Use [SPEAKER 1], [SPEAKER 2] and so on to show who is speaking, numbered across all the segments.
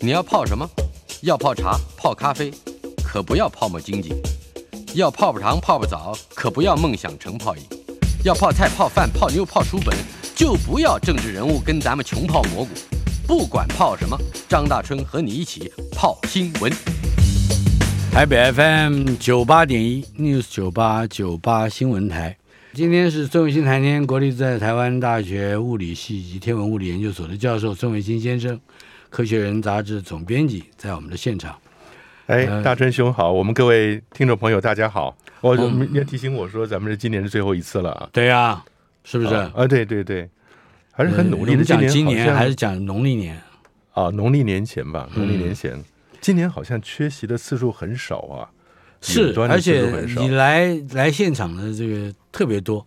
[SPEAKER 1] 你要泡什么？要泡茶、泡咖啡，可不要泡沫经济；要泡泡糖、泡泡澡，可不要梦想成泡影；要泡菜、泡饭、泡妞、泡书本，就不要政治人物跟咱们穷泡蘑菇。不管泡什么，张大春和你一起泡新闻。
[SPEAKER 2] 台北 FM 九八点一 News 九八九八新闻台。今天是孙伟新谈天，国立在台湾大学物理系及天文物理研究所的教授孙伟新先生，《科学人》杂志总编辑，在我们的现场。
[SPEAKER 3] 哎
[SPEAKER 2] 呃，
[SPEAKER 3] 大春兄好，我们各位听众朋友大家好。我
[SPEAKER 2] 嗯
[SPEAKER 3] 你要提醒我说，咱们是今年是最后一次了啊，
[SPEAKER 2] 对啊，是不是？呃
[SPEAKER 3] 啊？啊，对对对，还是很努
[SPEAKER 2] 我
[SPEAKER 3] 力
[SPEAKER 2] 们
[SPEAKER 3] 的。
[SPEAKER 2] 讲今
[SPEAKER 3] 年好
[SPEAKER 2] 年
[SPEAKER 3] 像
[SPEAKER 2] 还是嗯讲农历年？
[SPEAKER 3] 啊，农历年前吧，农历年前，今年好像缺席的次数很少啊，
[SPEAKER 2] 是
[SPEAKER 3] 远，端的
[SPEAKER 2] 而
[SPEAKER 3] 次
[SPEAKER 2] 且
[SPEAKER 3] 数很少
[SPEAKER 2] 你。来来现场的这个特别多，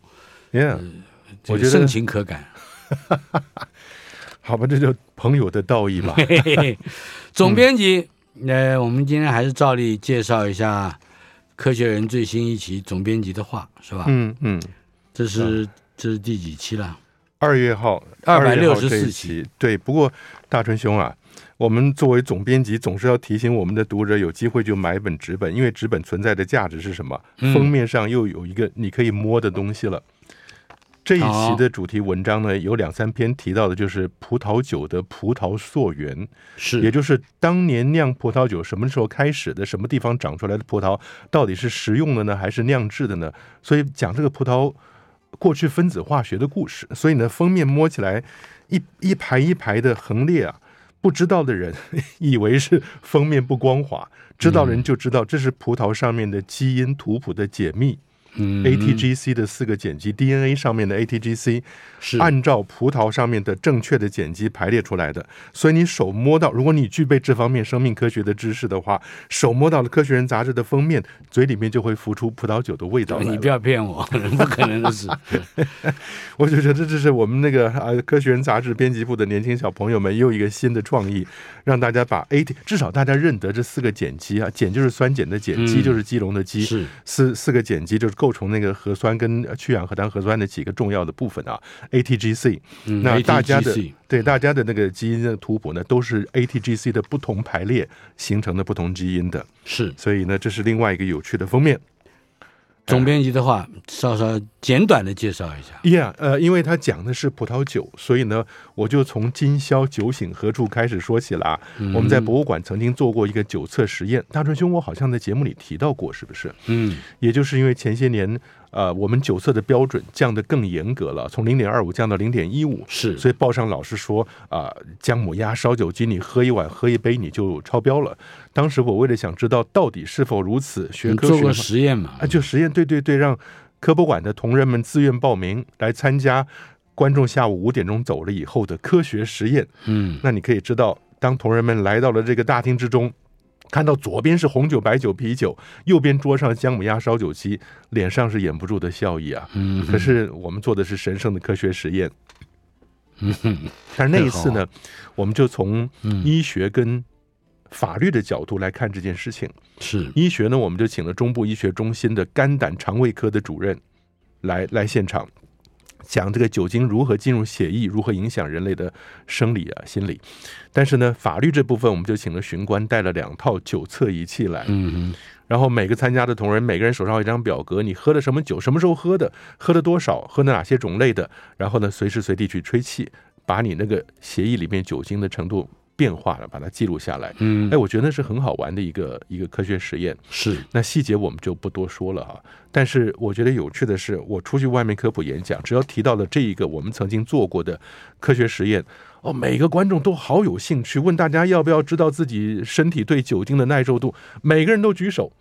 [SPEAKER 3] Yeah，
[SPEAKER 2] 嗯这个
[SPEAKER 3] 我觉得
[SPEAKER 2] 盛情可感。
[SPEAKER 3] 好吧，这就朋友的 道义吧。
[SPEAKER 2] 嘿嘿嘿， 总编辑，呃，我们今天还是照例介绍一下《科学人》最新一期总编辑的话，是吧？
[SPEAKER 3] 嗯嗯，
[SPEAKER 2] 这是这是第几期了？
[SPEAKER 3] 二月号
[SPEAKER 2] 264
[SPEAKER 3] 2月号这一
[SPEAKER 2] 期
[SPEAKER 3] 期，对。不过大春兄啊，我们作为总编辑，总是要提醒我们的读者，有机会就买一本纸本，因为纸本存在的价值是什么？
[SPEAKER 2] 嗯
[SPEAKER 3] 封面上又有一个你可以摸的东西了。这一期的主题文章呢，有两三篇提到的就是葡萄酒的葡萄溯源，也
[SPEAKER 2] 是
[SPEAKER 3] 就是当年酿葡萄酒什么时候开始的，什么地方长出来的葡萄，到底是食用的呢，还是酿制的呢？所以讲这个葡萄过去分子化学的故事。所以呢，封面摸起来一一排一排的横列啊，不知道的人 以为是封面不光滑，知道
[SPEAKER 2] 嗯
[SPEAKER 3] 人就知道这是葡萄上面的基因图谱的解密。
[SPEAKER 2] 嗯
[SPEAKER 3] ATGC 的四个碱基，DNA 上面的 ATGC
[SPEAKER 2] 是
[SPEAKER 3] 按照葡萄上面的正确的碱基排列出来的。所以你手摸到，如果你具备这方面生命科学的知识的话，手摸到了《科学人》杂志的封面，嘴里面就会浮出葡萄酒的味道来
[SPEAKER 2] 哎你
[SPEAKER 3] 了
[SPEAKER 2] 不要骗我， 不可能的事。
[SPEAKER 3] 我就觉得这是我们那个 啊，《科学人》杂志编辑部的年轻小朋友们又一个新的创意，让大家把 AT 至少大家认得这四个碱基啊，碱就是酸碱的碱，基
[SPEAKER 2] 嗯
[SPEAKER 3] 就是基隆的基，
[SPEAKER 2] 是
[SPEAKER 3] 四四个碱基就是构成那个核酸跟呃去氧核糖核酸的几个重要的部分啊，ATGC。
[SPEAKER 2] 嗯
[SPEAKER 3] 那大家的
[SPEAKER 2] ATGC
[SPEAKER 3] 对大家的那个基因的图谱呢，都是 ATGC 的不同排列形成的不同基因的，
[SPEAKER 2] 是
[SPEAKER 3] 所以呢，这是另外一个有趣的封面。
[SPEAKER 2] 总编辑的话，稍稍简短的介绍一下。
[SPEAKER 3] Yeah，呃，因为他讲的是葡萄酒，所以呢，我就从今宵酒醒何处开始说起啦。我们在博物馆曾经做过一个酒测实验，大春兄，我好像在节目里提到过，是不是？
[SPEAKER 2] 嗯，
[SPEAKER 3] 也就是因为前些年，呃，我们酒测的标准降得更严格了，从零点二五降到零点一五，
[SPEAKER 2] 是
[SPEAKER 3] 所以报上老是说啊、姜母鸭、烧酒鸡，你喝一碗、喝一杯你就超标了。当时我为了想知道到底是否如此，学
[SPEAKER 2] 你
[SPEAKER 3] 科
[SPEAKER 2] 做
[SPEAKER 3] 学
[SPEAKER 2] 过
[SPEAKER 3] 嘛
[SPEAKER 2] 实验嘛
[SPEAKER 3] 啊，？就实验，对对对，让科博馆的同仁们自愿报名来参加观众下午五点钟走了以后的科学实验。
[SPEAKER 2] 嗯，
[SPEAKER 3] 那你可以知道，当同仁们来到了这个大厅之中，看到左边是红酒、白酒、啤酒，右边桌上姜母鸭、烧酒鸡，脸上是掩不住的笑意啊。
[SPEAKER 2] 嗯，
[SPEAKER 3] 可是我们做的是神圣的科学实验。 但是那一次呢，我们就从医学跟法律的角度来看这件事情。
[SPEAKER 2] 是
[SPEAKER 3] 医学呢，我们就请了中部医学中心的肝胆肠胃科的主任来来现场讲这个酒精如何进入血液，如何影响人类的生理啊、心理。但是呢，法律这部分我们就请了巡官带了两套酒测仪器来，
[SPEAKER 2] 嗯
[SPEAKER 3] 然后每个参加的同仁，每个人手上有一张表格，你喝了什么酒，什么时候喝的，喝了多少，喝了哪些种类的，然后呢，随时随地去吹气，把你那个血液里面酒精的程度变化了，把它记录下来。
[SPEAKER 2] 嗯
[SPEAKER 3] 哎，我觉得那是很好玩的一个一个科学实验。
[SPEAKER 2] 是
[SPEAKER 3] 那细节我们就不多说了哈、但是我觉得有趣的是，我出去外面科普演讲，只要提到了这一个我们曾经做过的科学实验，哦，每个观众都好有兴趣，问大家要不要知道自己身体对酒精的耐受度，每个人都举手。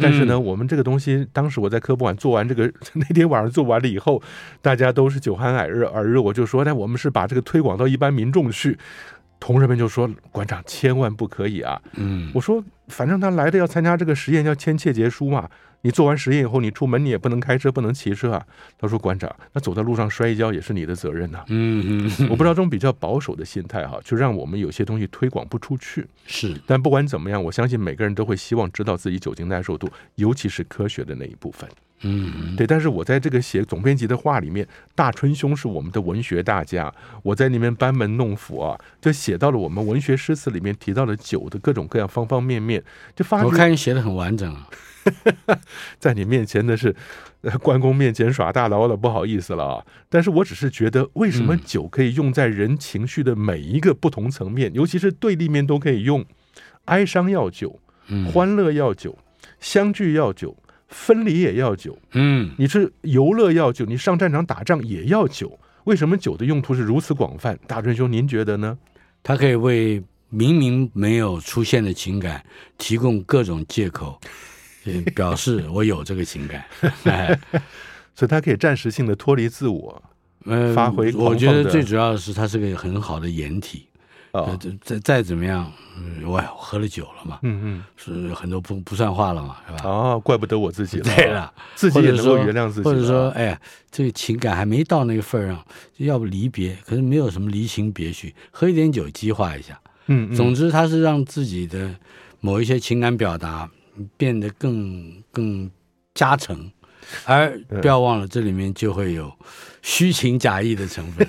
[SPEAKER 3] 但是呢，我们这个东西，当时我在科普馆做完这个， 那天晚上做完了以后，大家都是酒酣耳热，耳热我就说，那我们是把这个推广到一般民众去。同事们就说：“馆长千万不可以啊！”
[SPEAKER 2] 嗯，
[SPEAKER 3] 我说：“反正他来的要参加这个实验，要签切结书嘛。你做完实验以后，你出门你也不能开车，不能骑车啊。”他说：“馆长，那走在路上摔一跤也是你的责任呐、
[SPEAKER 2] 嗯嗯，
[SPEAKER 3] 我不知道这种比较保守的心态哈、就让我们有些东西推广不出去。
[SPEAKER 2] 是
[SPEAKER 3] 但不管怎么样，我相信每个人都会希望知道自己酒精耐受度，尤其是科学的那一部分。
[SPEAKER 2] 嗯
[SPEAKER 3] 对，但是我在这个写总编辑的话里面，大春兄是我们的文学大家，我在里面班门弄斧啊，就写到了我们文学诗词里面提到的酒的各种各样方方面面，就发
[SPEAKER 2] 我
[SPEAKER 3] 觉
[SPEAKER 2] 看你写的很完整啊，
[SPEAKER 3] 在你面前的是， 呃，关公面前耍大刀了，不好意思了啊。但是我只是觉得，为什么
[SPEAKER 2] 嗯
[SPEAKER 3] 酒可以用在人情绪的每一个不同层面，尤其是对立面都可以用，哀伤要酒，
[SPEAKER 2] 嗯
[SPEAKER 3] 欢乐要酒，相聚要酒，分离也要酒。
[SPEAKER 2] 嗯
[SPEAKER 3] 你是游乐要酒，你上战场打仗也要酒。为什么酒的用途是如此广泛？大春兄，您觉得呢？
[SPEAKER 2] 它可以为明明没有出现的情感提供各种借 口，呃表示我有这个情感。 哎
[SPEAKER 3] 所以它可以暂时性的脱离自我
[SPEAKER 2] 呃
[SPEAKER 3] 发挥狂
[SPEAKER 2] 我
[SPEAKER 3] 放
[SPEAKER 2] 觉得
[SPEAKER 3] 的
[SPEAKER 2] 最主要的是它是个很好的掩体。
[SPEAKER 3] 啊、
[SPEAKER 2] 呃再再再怎么样，呃我我喝了酒了嘛，
[SPEAKER 3] 嗯嗯，
[SPEAKER 2] 是很多不不算话了嘛，是吧？
[SPEAKER 3] 啊，怪不得我自己了，
[SPEAKER 2] 对了，
[SPEAKER 3] 自己
[SPEAKER 2] 或
[SPEAKER 3] 也
[SPEAKER 2] 者
[SPEAKER 3] 能够
[SPEAKER 2] 说
[SPEAKER 3] 原谅自己
[SPEAKER 2] 或者说，
[SPEAKER 3] 了，
[SPEAKER 2] 哎呀，这个情感还没到那个份儿上，就要不离别，可是没有什么离情别绪，喝一点酒激化一下。
[SPEAKER 3] 嗯嗯，
[SPEAKER 2] 总之，它是让自己的某一些情感表达变得更更加成，而不要忘了这里面就会有虚情假意的成 分。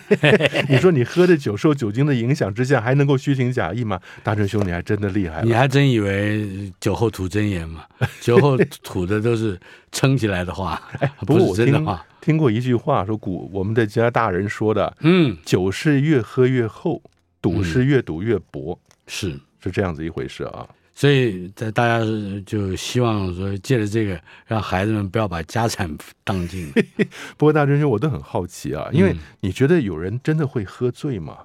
[SPEAKER 3] 你说你喝的酒受酒精的影响之下，还能够虚情假意吗？大春兄，你还真的厉害
[SPEAKER 2] 你
[SPEAKER 3] 了。
[SPEAKER 2] 还真以为酒后吐真言吗？酒后吐的都是撑起来的话，
[SPEAKER 3] 哎 不
[SPEAKER 2] 不
[SPEAKER 3] 过
[SPEAKER 2] 是
[SPEAKER 3] 我
[SPEAKER 2] 真的
[SPEAKER 3] 听
[SPEAKER 2] 话。
[SPEAKER 3] 听过一句话，说古我们的家大人说的，
[SPEAKER 2] 嗯，
[SPEAKER 3] 酒是越喝越厚，赌是越赌越薄，
[SPEAKER 2] 是。
[SPEAKER 3] 是这样子一回事啊。
[SPEAKER 2] 所以，在大家是就希望说，借着这个，让孩子们不要把家产当 尽了。
[SPEAKER 3] 不过大真兄，我都很好奇啊，因为
[SPEAKER 2] 嗯
[SPEAKER 3] 你觉得有人真的会喝醉吗？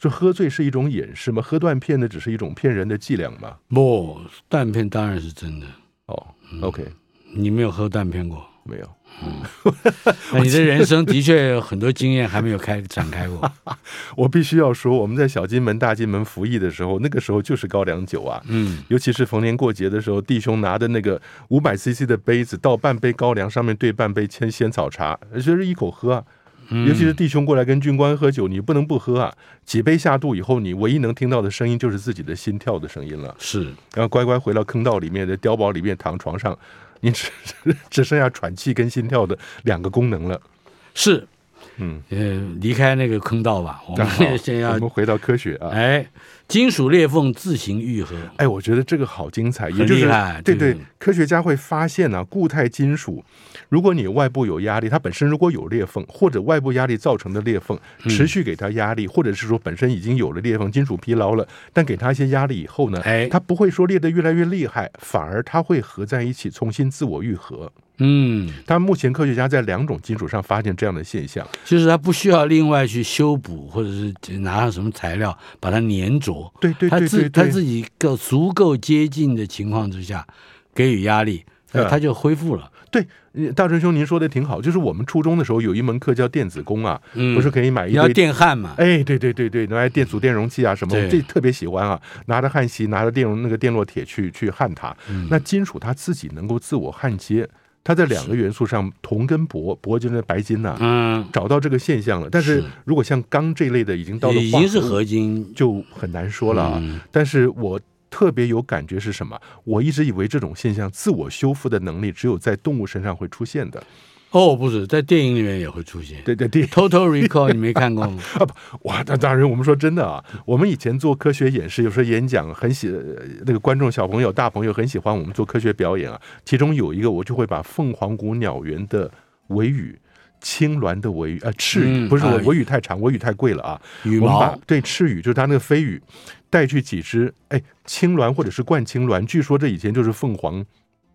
[SPEAKER 3] 说喝醉是一种掩饰吗？喝断片的只是一种骗人的伎俩吗？
[SPEAKER 2] 不，断片当然是真的。
[SPEAKER 3] 哦、o
[SPEAKER 2] 嗯
[SPEAKER 3] k
[SPEAKER 2] 你没有喝断片过，
[SPEAKER 3] 没有，
[SPEAKER 2] 那你的人生的确有很多经验还没有开展开过。
[SPEAKER 3] 我必须要说，我们在小金门、大金门服役的时候，那个时候就是高粱酒啊，
[SPEAKER 2] 嗯，
[SPEAKER 3] 尤其是逢年过节的时候，弟兄拿的那个五百 CC 的杯子，倒半杯高粱，上面兑半杯千仙草茶，就是一口喝啊。尤其是弟兄过来跟军官喝酒，你不能不喝啊！几杯下肚以后，你唯一能听到的声音就是自己的心跳的声音了。
[SPEAKER 2] 是
[SPEAKER 3] 然后乖乖回到坑道里面的碉堡里面躺床上， 你只只剩下喘气跟心跳的两个功能了。
[SPEAKER 2] 是，
[SPEAKER 3] 嗯，啊
[SPEAKER 2] 呃，离开那个坑道 吧，我们先
[SPEAKER 3] 我
[SPEAKER 2] 要
[SPEAKER 3] 们回到科学啊。
[SPEAKER 2] 哎，金属裂缝自行愈 合。
[SPEAKER 3] 哎，我觉得这个好精彩，也
[SPEAKER 2] 很
[SPEAKER 3] 就是
[SPEAKER 2] 厉害嗯
[SPEAKER 3] 对
[SPEAKER 2] 这个
[SPEAKER 3] 对，科学家会发现啊，固态金属，如果你外部有压力，它本身如果有裂缝，或者外部压力造成的裂缝，
[SPEAKER 2] 嗯
[SPEAKER 3] 持续给它压力，或者是说本身已经有了裂缝，金属疲劳了，但给它一些压力以后呢，
[SPEAKER 2] 哎
[SPEAKER 3] 它不会说裂得越来越厉害，反而它会合在一起，重新自我愈合。
[SPEAKER 2] 嗯，
[SPEAKER 3] 但目前科学家在两种金属上发现这样的现象，
[SPEAKER 2] 就是它不需要另外去修补，或者是拿上什么材料把它粘着。
[SPEAKER 3] 对对
[SPEAKER 2] 它
[SPEAKER 3] 对对
[SPEAKER 2] 自它自
[SPEAKER 3] 对，
[SPEAKER 2] 己够足够接近的情况之下，给予压力，
[SPEAKER 3] 嗯
[SPEAKER 2] 它它就恢复了。
[SPEAKER 3] 嗯大春兄您说的挺好，就是我们初中的时候有一门课叫电子工啊，
[SPEAKER 2] 嗯，
[SPEAKER 3] 不是可以买一
[SPEAKER 2] 你要
[SPEAKER 3] 堆
[SPEAKER 2] 电焊嘛？
[SPEAKER 3] 哎，对对对对，拿来电阻电容器啊什么，
[SPEAKER 2] 对
[SPEAKER 3] 我这特别喜欢啊，拿着焊锡，拿着电容那个电烙铁去去焊它。
[SPEAKER 2] 嗯
[SPEAKER 3] 那金属它自己能够自我焊接，它在两个元素上，铜跟铂，铂就是那白金呐、
[SPEAKER 2] 嗯，
[SPEAKER 3] 找到这个现象了。但是
[SPEAKER 2] 是
[SPEAKER 3] 如果像钢这类的，已经到了
[SPEAKER 2] 已经是
[SPEAKER 3] 化合物
[SPEAKER 2] 合金
[SPEAKER 3] 就很难说了啊。
[SPEAKER 2] 嗯
[SPEAKER 3] 但是我特别有感觉是什么？我一直以为这种现象自我修复的能力只有在动物身上会出现的。
[SPEAKER 2] 哦，不是，在电影里面也会出现。
[SPEAKER 3] 对对对，
[SPEAKER 2] Total Recall 你没看过吗？
[SPEAKER 3] 哇，那当然，我们说真的啊，我们以前做科学演示，有时候演讲很喜，呃那个观众小朋友、大朋友很喜欢我们做科学表演啊。其中有一个，我就会把凤凰谷鸟园的尾羽、青鸾的尾羽，呃，翅羽，
[SPEAKER 2] 嗯
[SPEAKER 3] 不是我
[SPEAKER 2] 哎
[SPEAKER 3] 尾羽太长，尾羽太贵了啊。
[SPEAKER 2] 羽
[SPEAKER 3] 我们把
[SPEAKER 2] 毛，
[SPEAKER 3] 对赤羽，就是它那个飞羽，带去几只，哎，青鸾或者是冠青鸾，据说这以前就是凤凰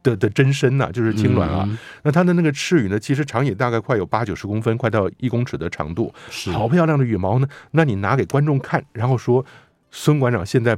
[SPEAKER 3] 的的真身呐、就是青鸾啊。
[SPEAKER 2] 嗯
[SPEAKER 3] 那它的那个赤羽呢，其实长也大概快有八九十公分，快到一公尺的长度，
[SPEAKER 2] 是
[SPEAKER 3] 好漂亮的羽毛呢。那你拿给观众看，然后说孙馆长现在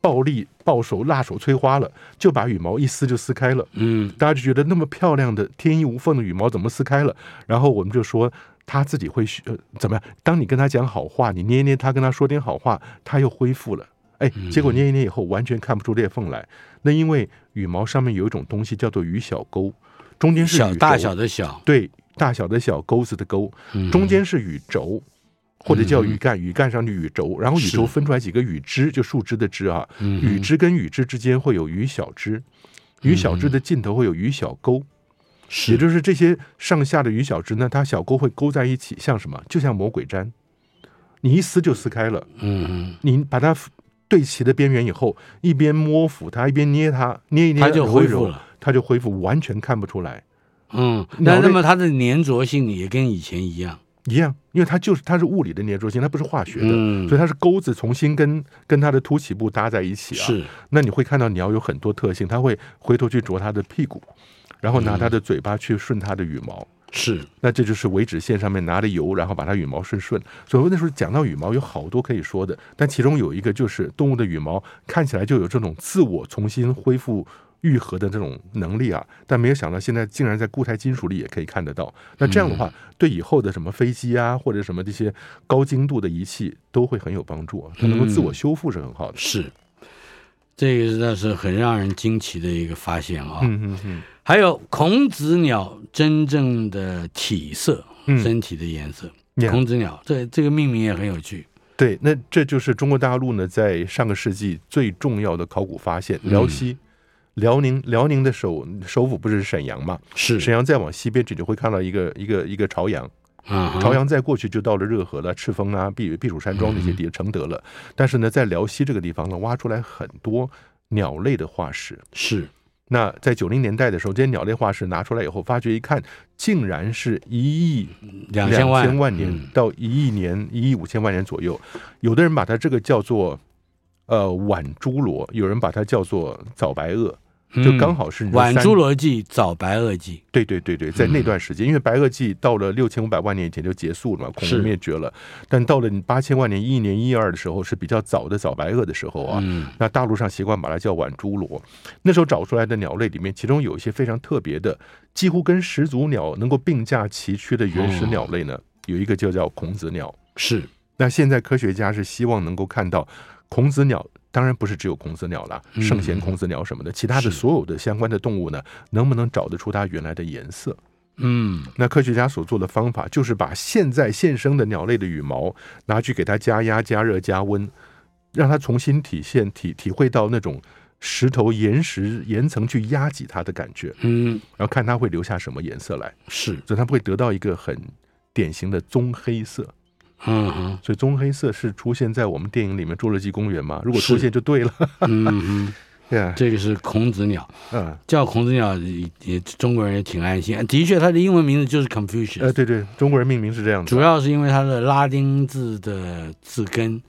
[SPEAKER 3] 暴力暴手辣手摧花了，就把羽毛一撕就撕开了。
[SPEAKER 2] 嗯，
[SPEAKER 3] 大家就觉得那么漂亮的天衣无缝的羽毛怎么撕开了？然后我们就说他自己会学、呃怎么样？当你跟他讲好话，你捏一捏他，跟他说点好话，他又恢复了。哎，
[SPEAKER 2] 嗯
[SPEAKER 3] 结果捏一捏以后，完全看不出裂缝来。那因为羽毛上面有一种东西叫做羽小沟，中间是
[SPEAKER 2] 小
[SPEAKER 3] 羽啊
[SPEAKER 2] 大
[SPEAKER 3] 轴
[SPEAKER 2] 小的小，
[SPEAKER 3] 对，大小的小钩子的钩，
[SPEAKER 2] 嗯
[SPEAKER 3] 中间是羽轴，或者叫羽
[SPEAKER 2] 嗯
[SPEAKER 3] 干，羽干上的羽轴，然后羽
[SPEAKER 2] 是
[SPEAKER 3] 轴分出来几个羽枝，就树枝的枝啊，
[SPEAKER 2] 嗯
[SPEAKER 3] 羽枝跟羽枝之间会有羽小枝，羽小枝的尽头会有羽小钩，也
[SPEAKER 2] 是
[SPEAKER 3] 就是这些上下的羽小枝呢，它小钩会勾在一起，像什么？就像魔鬼毡，你一撕就撕开了，
[SPEAKER 2] 嗯
[SPEAKER 3] 你把它对齐的边缘以后，一边摸抚它，一边捏它，捏一
[SPEAKER 2] 嗯，
[SPEAKER 3] 捏
[SPEAKER 2] 它就
[SPEAKER 3] 揉一
[SPEAKER 2] 恢
[SPEAKER 3] 揉
[SPEAKER 2] 复，了。
[SPEAKER 3] 它就恢复，完全看不出来。
[SPEAKER 2] 嗯，
[SPEAKER 3] 脑
[SPEAKER 2] 那
[SPEAKER 3] 内
[SPEAKER 2] 那么它的粘着性也跟以前一样，
[SPEAKER 3] 一样，因为它就是它是物理的粘着性，它不是化学的，
[SPEAKER 2] 嗯
[SPEAKER 3] 所以它是钩子重新跟跟它的凸起部搭在一起啊。，
[SPEAKER 2] 是
[SPEAKER 3] 那你会看到鸟有很多特性，它会回头去啄它的屁股，然后
[SPEAKER 2] 嗯
[SPEAKER 3] 拿它的嘴巴去顺它的羽毛。
[SPEAKER 2] 是，
[SPEAKER 3] 那这就是尾指线上面拿着油，然后把它羽毛顺顺。所以我那时候讲到羽毛有好多可以说的，但其中有一个就是动物的羽毛看起来就有这种自我重新恢复愈合的这种能力啊，但没有想到现在竟然在固态金属里也可以看得到。那这样的话，对以后的什么飞机啊或者什么这些高精度的仪器都会很有帮助啊，它能够自我修复是很好的。
[SPEAKER 2] 是，这个实在是很让人惊奇的一个发现啊、
[SPEAKER 3] 嗯嗯嗯
[SPEAKER 2] 还有孔子鸟真正的体色，
[SPEAKER 3] 嗯
[SPEAKER 2] 身体的颜色。
[SPEAKER 3] Yeah
[SPEAKER 2] 孔子鸟，这这个命名也很有趣。
[SPEAKER 3] 对，那这就是中国大陆呢，在上个世纪最重要的考古发现——
[SPEAKER 2] 嗯
[SPEAKER 3] 辽西。辽宁，辽宁的首首府不是沈阳嘛？
[SPEAKER 2] 是
[SPEAKER 3] 沈阳再往西边去，就会看到一个一个一个朝阳，
[SPEAKER 2] 啊，
[SPEAKER 3] 朝阳再过去就到了热河了、赤峰啊、避避暑山庄那
[SPEAKER 2] 嗯
[SPEAKER 3] 些地承德了。但是呢，在辽西这个地方呢，挖出来很多鸟类的化石。
[SPEAKER 2] 是
[SPEAKER 3] 那在九零年代的时候，这些鸟类化石拿出来以后，发掘一看，竟然是一亿
[SPEAKER 2] 两千万，
[SPEAKER 3] 千万年
[SPEAKER 2] 嗯
[SPEAKER 3] 到一亿年、一亿五千万年左右。有的人把它这个叫做呃晚侏罗，有人把它叫做早白垩，就刚好是
[SPEAKER 2] 嗯晚侏
[SPEAKER 3] 罗。
[SPEAKER 2] 罗纪、早白垩纪，
[SPEAKER 3] 对对对对，在
[SPEAKER 2] 嗯
[SPEAKER 3] 那段时间，因为白垩纪到了六千五百万年以前就结束了嘛，恐
[SPEAKER 2] 是
[SPEAKER 3] 龙灭绝了。但到了八千万年、一亿年、一亿二的时候，是比较早的早白垩的时候啊。
[SPEAKER 2] 嗯
[SPEAKER 3] 那大陆上习惯把它叫晚侏罗。那时候找出来的鸟类里面，其中有一些非常特别的，几乎跟始祖鸟能够并驾齐驱的原
[SPEAKER 2] 哦
[SPEAKER 3] 始鸟类呢，有一个就叫孔子鸟。
[SPEAKER 2] 是
[SPEAKER 3] 那现在科学家是希望能够看到孔子鸟，当然不是只有孔子鸟啦，
[SPEAKER 2] 嗯
[SPEAKER 3] 圣贤孔子鸟什么的，其他的
[SPEAKER 2] 是
[SPEAKER 3] 所有的相关的动物呢，能不能找得出它原来的颜色？
[SPEAKER 2] 嗯
[SPEAKER 3] 那科学家所做的方法就是把现在现生的鸟类的羽毛拿去给它加压、加热、加温，让它重新体现体体会到那种石头岩石岩层去压挤它的感觉，
[SPEAKER 2] 嗯
[SPEAKER 3] 然后看它会留下什么颜色来，
[SPEAKER 2] 是
[SPEAKER 3] 所以它会得到一个很典型的棕黑色。
[SPEAKER 2] 嗯哼
[SPEAKER 3] 所以棕黑色是出现在我们电影里面《侏罗纪公园》吗？如果
[SPEAKER 2] 是
[SPEAKER 3] 出现就对了。
[SPEAKER 2] 嗯哼，
[SPEAKER 3] 对啊，
[SPEAKER 2] 这个是孔子鸟，
[SPEAKER 3] 嗯，
[SPEAKER 2] 叫孔子鸟也也中国人也挺安心。呃的确，它的英文名字就是 Confucius，、
[SPEAKER 3] 呃，对对，中国人命名是这样子
[SPEAKER 2] 主。要是因为它的拉丁字的字根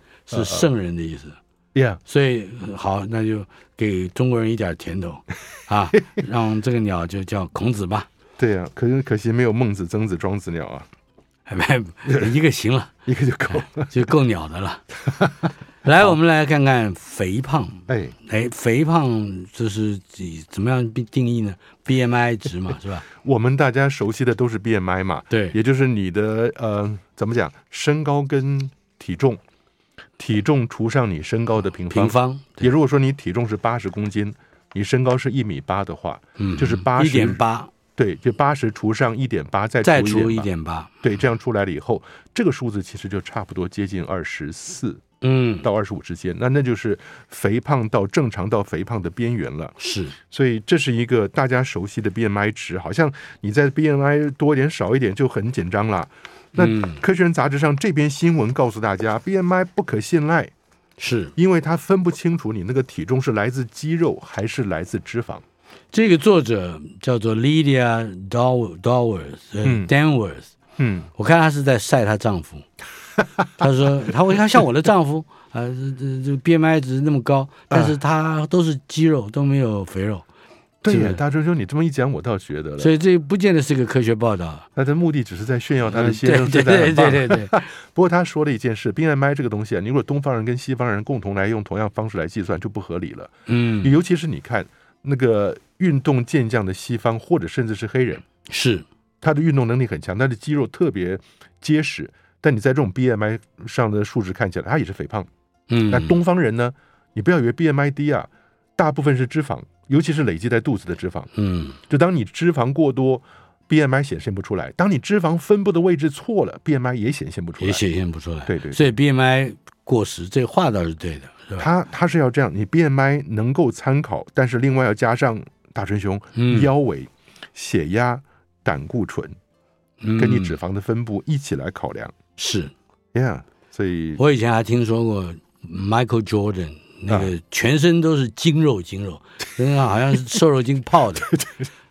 [SPEAKER 2] 是
[SPEAKER 3] 呃
[SPEAKER 2] 圣人的意思，
[SPEAKER 3] Yeah，
[SPEAKER 2] 所以好，那就给中国人一点 甜头啊，让这个鸟就叫孔子吧，
[SPEAKER 3] 对啊，可是可惜没有孟子、曾子、庄子鸟 啊，
[SPEAKER 2] 哎 一个行了，
[SPEAKER 3] 一个就够了。
[SPEAKER 2] 就够鸟的 了。来，我们来看看肥胖。
[SPEAKER 3] 哎，
[SPEAKER 2] 哎，肥胖这是几怎么样定定义呢？BMI 值嘛，是吧？
[SPEAKER 3] 我们大家熟悉的都是 BMI 嘛，
[SPEAKER 2] 对
[SPEAKER 3] 也就是你的呃，怎么讲，身高跟体重，体重除上你身高的平方。
[SPEAKER 2] 平方，
[SPEAKER 3] 也如果说你体重是八十公斤，你身高是一米八的话，
[SPEAKER 2] 嗯，
[SPEAKER 3] 就是80
[SPEAKER 2] 一点八，
[SPEAKER 3] 对，就八十除上一点八，再
[SPEAKER 2] 再
[SPEAKER 3] 除
[SPEAKER 2] 除
[SPEAKER 3] 一
[SPEAKER 2] 一
[SPEAKER 3] 点
[SPEAKER 2] 点八，
[SPEAKER 3] 对，这样出来了以后，这个数字其实就差不多接近二十四
[SPEAKER 2] 嗯，
[SPEAKER 3] 到二十五之间，那那就是肥胖到正常到肥胖的边缘了。
[SPEAKER 2] 是
[SPEAKER 3] 所以这是一个大家熟悉的 BMI 值，好像你在 BMI 多一点少一点就很紧张啦。那
[SPEAKER 2] 嗯
[SPEAKER 3] 《科学人》杂志上这篇新闻告诉大家，BMI 不可信赖，
[SPEAKER 2] 是，
[SPEAKER 3] 因为它分不清楚你那个体重是来自肌肉还是来自脂肪。
[SPEAKER 2] 这个作者叫做 Lydia Dow Dowers，呃、
[SPEAKER 3] 嗯
[SPEAKER 2] Danvers，
[SPEAKER 3] 嗯，
[SPEAKER 2] 我看她是在晒她丈 夫，她说她她像我的丈夫 啊，呃这这这 BMI 值那么
[SPEAKER 3] 嗯
[SPEAKER 2] 高，但是她都是肌肉，都没有肥肉，
[SPEAKER 3] 对
[SPEAKER 2] 是
[SPEAKER 3] 呀，大周兄，你这么一讲，我倒觉得
[SPEAKER 2] 所
[SPEAKER 3] 了。
[SPEAKER 2] 以这不见得是个科学报道。
[SPEAKER 3] 那他目的只是在炫耀他的
[SPEAKER 2] 嗯
[SPEAKER 3] 先生
[SPEAKER 2] 对
[SPEAKER 3] 身材
[SPEAKER 2] 对
[SPEAKER 3] 很棒
[SPEAKER 2] 对。对对对，
[SPEAKER 3] 不过他说了一件事，BMI 这个东西啊，你如果东方人跟西方人共同来用同样方式来计算，就不合理了。
[SPEAKER 2] 嗯，
[SPEAKER 3] 尤其是你看那个运动健将的西方，或者甚至是黑人，
[SPEAKER 2] 是
[SPEAKER 3] 他的运动能力很强，他的肌肉特别结实。但你在这种 BMI 上的数值看起来，他也是肥胖。
[SPEAKER 2] 嗯，
[SPEAKER 3] 那东方人呢？你不要以为 BMI 低啊，大部分是脂肪，尤其是累积在肚子的脂肪。
[SPEAKER 2] 嗯
[SPEAKER 3] 就当你脂肪过多，BMI 显现不出来；当你脂肪分布的位置错了，BMI 也显现不出
[SPEAKER 2] 也
[SPEAKER 3] 来。
[SPEAKER 2] 显现不出来。
[SPEAKER 3] 对对对
[SPEAKER 2] 所以 BMI 过时，这话倒是对的，是吧？
[SPEAKER 3] 它它是要这样，你 BMI 能够参考，但是另外要加上大春兄、
[SPEAKER 2] 嗯
[SPEAKER 3] 腰围、血压、胆固醇跟你脂
[SPEAKER 2] 嗯
[SPEAKER 3] 肪的分布一起来考量。
[SPEAKER 2] 是
[SPEAKER 3] Yeah，所以
[SPEAKER 2] 我以前还听说过 Michael Jordan 那个
[SPEAKER 3] 啊
[SPEAKER 2] 全身都是筋肉，筋 肉身上好像是瘦肉精泡的，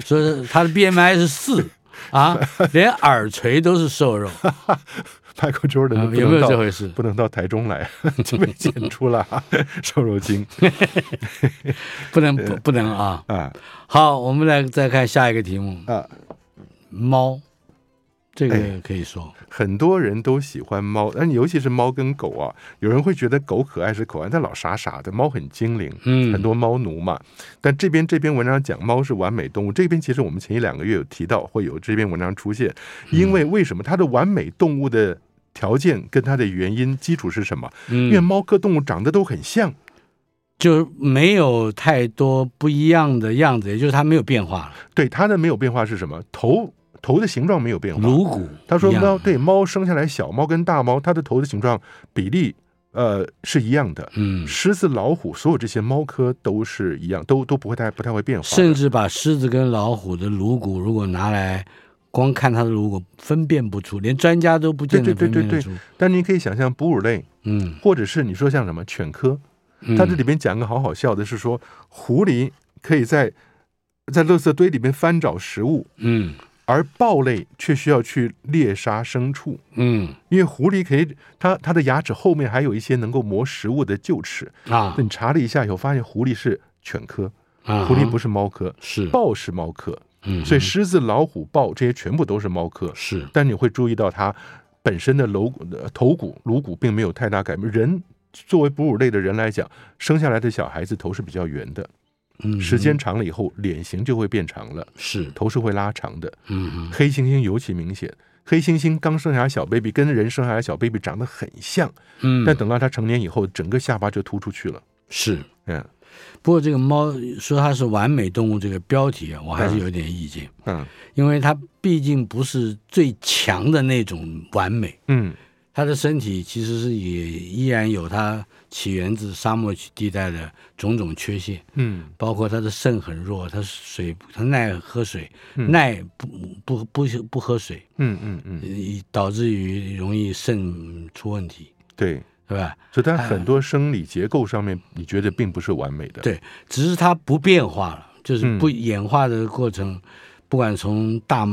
[SPEAKER 2] 所以他的 BMI 是 四啊，连耳垂都是瘦肉，啊
[SPEAKER 3] Michael Jordan 都不
[SPEAKER 2] 有没
[SPEAKER 3] 能
[SPEAKER 2] 有
[SPEAKER 3] 到
[SPEAKER 2] 这回事？
[SPEAKER 3] 不能到台中来， 就被剪出了 啊瘦肉精
[SPEAKER 2] 不能不不能啊！
[SPEAKER 3] 啊
[SPEAKER 2] 好，我们来再看下一个题目，
[SPEAKER 3] 啊！
[SPEAKER 2] 猫，这个
[SPEAKER 3] 哎
[SPEAKER 2] 可以说，
[SPEAKER 3] 很多人都喜欢猫，但尤其是猫跟狗啊，有人会觉得狗可爱是可爱，但老傻傻的，猫很精灵。
[SPEAKER 2] 嗯，
[SPEAKER 3] 很多猫奴嘛。但这边这篇文章讲猫是完美动物，这边其实我们前一两个月有提到会有这篇文章出现，
[SPEAKER 2] 嗯
[SPEAKER 3] 因为为什么它的完美动物的条件跟它的原因基础是什么？因为
[SPEAKER 2] 嗯，
[SPEAKER 3] 猫科动物长得都很像，
[SPEAKER 2] 就没有太多不一样的样子，也就是它没有变化了，
[SPEAKER 3] 对它的没有变化是什么？头头的形状没有变化。
[SPEAKER 2] 颅骨
[SPEAKER 3] 他说
[SPEAKER 2] 一样
[SPEAKER 3] 猫对猫生下来小猫跟大猫，它的头的形状比例呃是一样的。
[SPEAKER 2] 嗯，
[SPEAKER 3] 狮子、老虎，所有这些猫科都是一样，都都不会太不太会变化的。
[SPEAKER 2] 甚至把狮子跟老虎的颅骨如果拿来，光看它的颅骨分辨不出，连专家都不见得
[SPEAKER 3] 对
[SPEAKER 2] 分
[SPEAKER 3] 对对
[SPEAKER 2] 辨得
[SPEAKER 3] 对
[SPEAKER 2] 出。
[SPEAKER 3] 但你可以想象，哺乳类
[SPEAKER 2] 嗯，
[SPEAKER 3] 或者是你说像什么犬科，
[SPEAKER 2] 嗯
[SPEAKER 3] 它这里边讲个好好笑的是说，狐狸可以在在垃圾堆里面翻找食物，
[SPEAKER 2] 嗯
[SPEAKER 3] 而豹类却需要去猎杀牲畜，
[SPEAKER 2] 嗯
[SPEAKER 3] 因为狐狸可以它它的牙齿后面还有一些能够磨食物的臼齿。
[SPEAKER 2] 啊
[SPEAKER 3] 那你查了一下以后，发现狐狸是犬科，
[SPEAKER 2] 啊，
[SPEAKER 3] 狐狸不
[SPEAKER 2] 是
[SPEAKER 3] 是猫科，
[SPEAKER 2] 是，
[SPEAKER 3] 豹是猫科，
[SPEAKER 2] 嗯，
[SPEAKER 3] 所以狮子、老虎、豹这些全部都是猫科。
[SPEAKER 2] 是
[SPEAKER 3] 但你会注意到它本身的颅骨、呃头骨、颅骨并没有太大改变。人作为哺乳类的人来讲，生下来的小孩子头是比较圆的，
[SPEAKER 2] 嗯
[SPEAKER 3] 时间长了以后，脸型就会变长了，
[SPEAKER 2] 是
[SPEAKER 3] 头是会拉长的。
[SPEAKER 2] 嗯哼
[SPEAKER 3] 黑猩猩尤其明显。黑猩猩刚生下来小 baby 跟人生下来小 baby 长得很像，
[SPEAKER 2] 嗯，
[SPEAKER 3] 但等到它成年以后，整个下巴就突出去了。
[SPEAKER 2] 是。
[SPEAKER 3] 嗯
[SPEAKER 2] 不过这个猫说它是完美动物这个标题啊，我还是
[SPEAKER 3] 嗯
[SPEAKER 2] 有点意见，
[SPEAKER 3] 嗯
[SPEAKER 2] 因为它毕竟不是最强的那种完美，
[SPEAKER 3] 嗯，
[SPEAKER 2] 它的身体其实是也依然有它起源自沙漠地带的种种缺陷，
[SPEAKER 3] 嗯
[SPEAKER 2] 包括它的肾很弱，它水它耐喝水，
[SPEAKER 3] 嗯
[SPEAKER 2] 耐不不不不喝水，
[SPEAKER 3] 嗯嗯嗯，
[SPEAKER 2] 以导致于容易肾出问题，
[SPEAKER 3] 对，
[SPEAKER 2] 对吧？
[SPEAKER 3] 所以它很多生理结构上面，你觉得并不是完美的。
[SPEAKER 2] 对，只是它不变化了，就是
[SPEAKER 3] 嗯
[SPEAKER 2] 不演化的过程，不管从大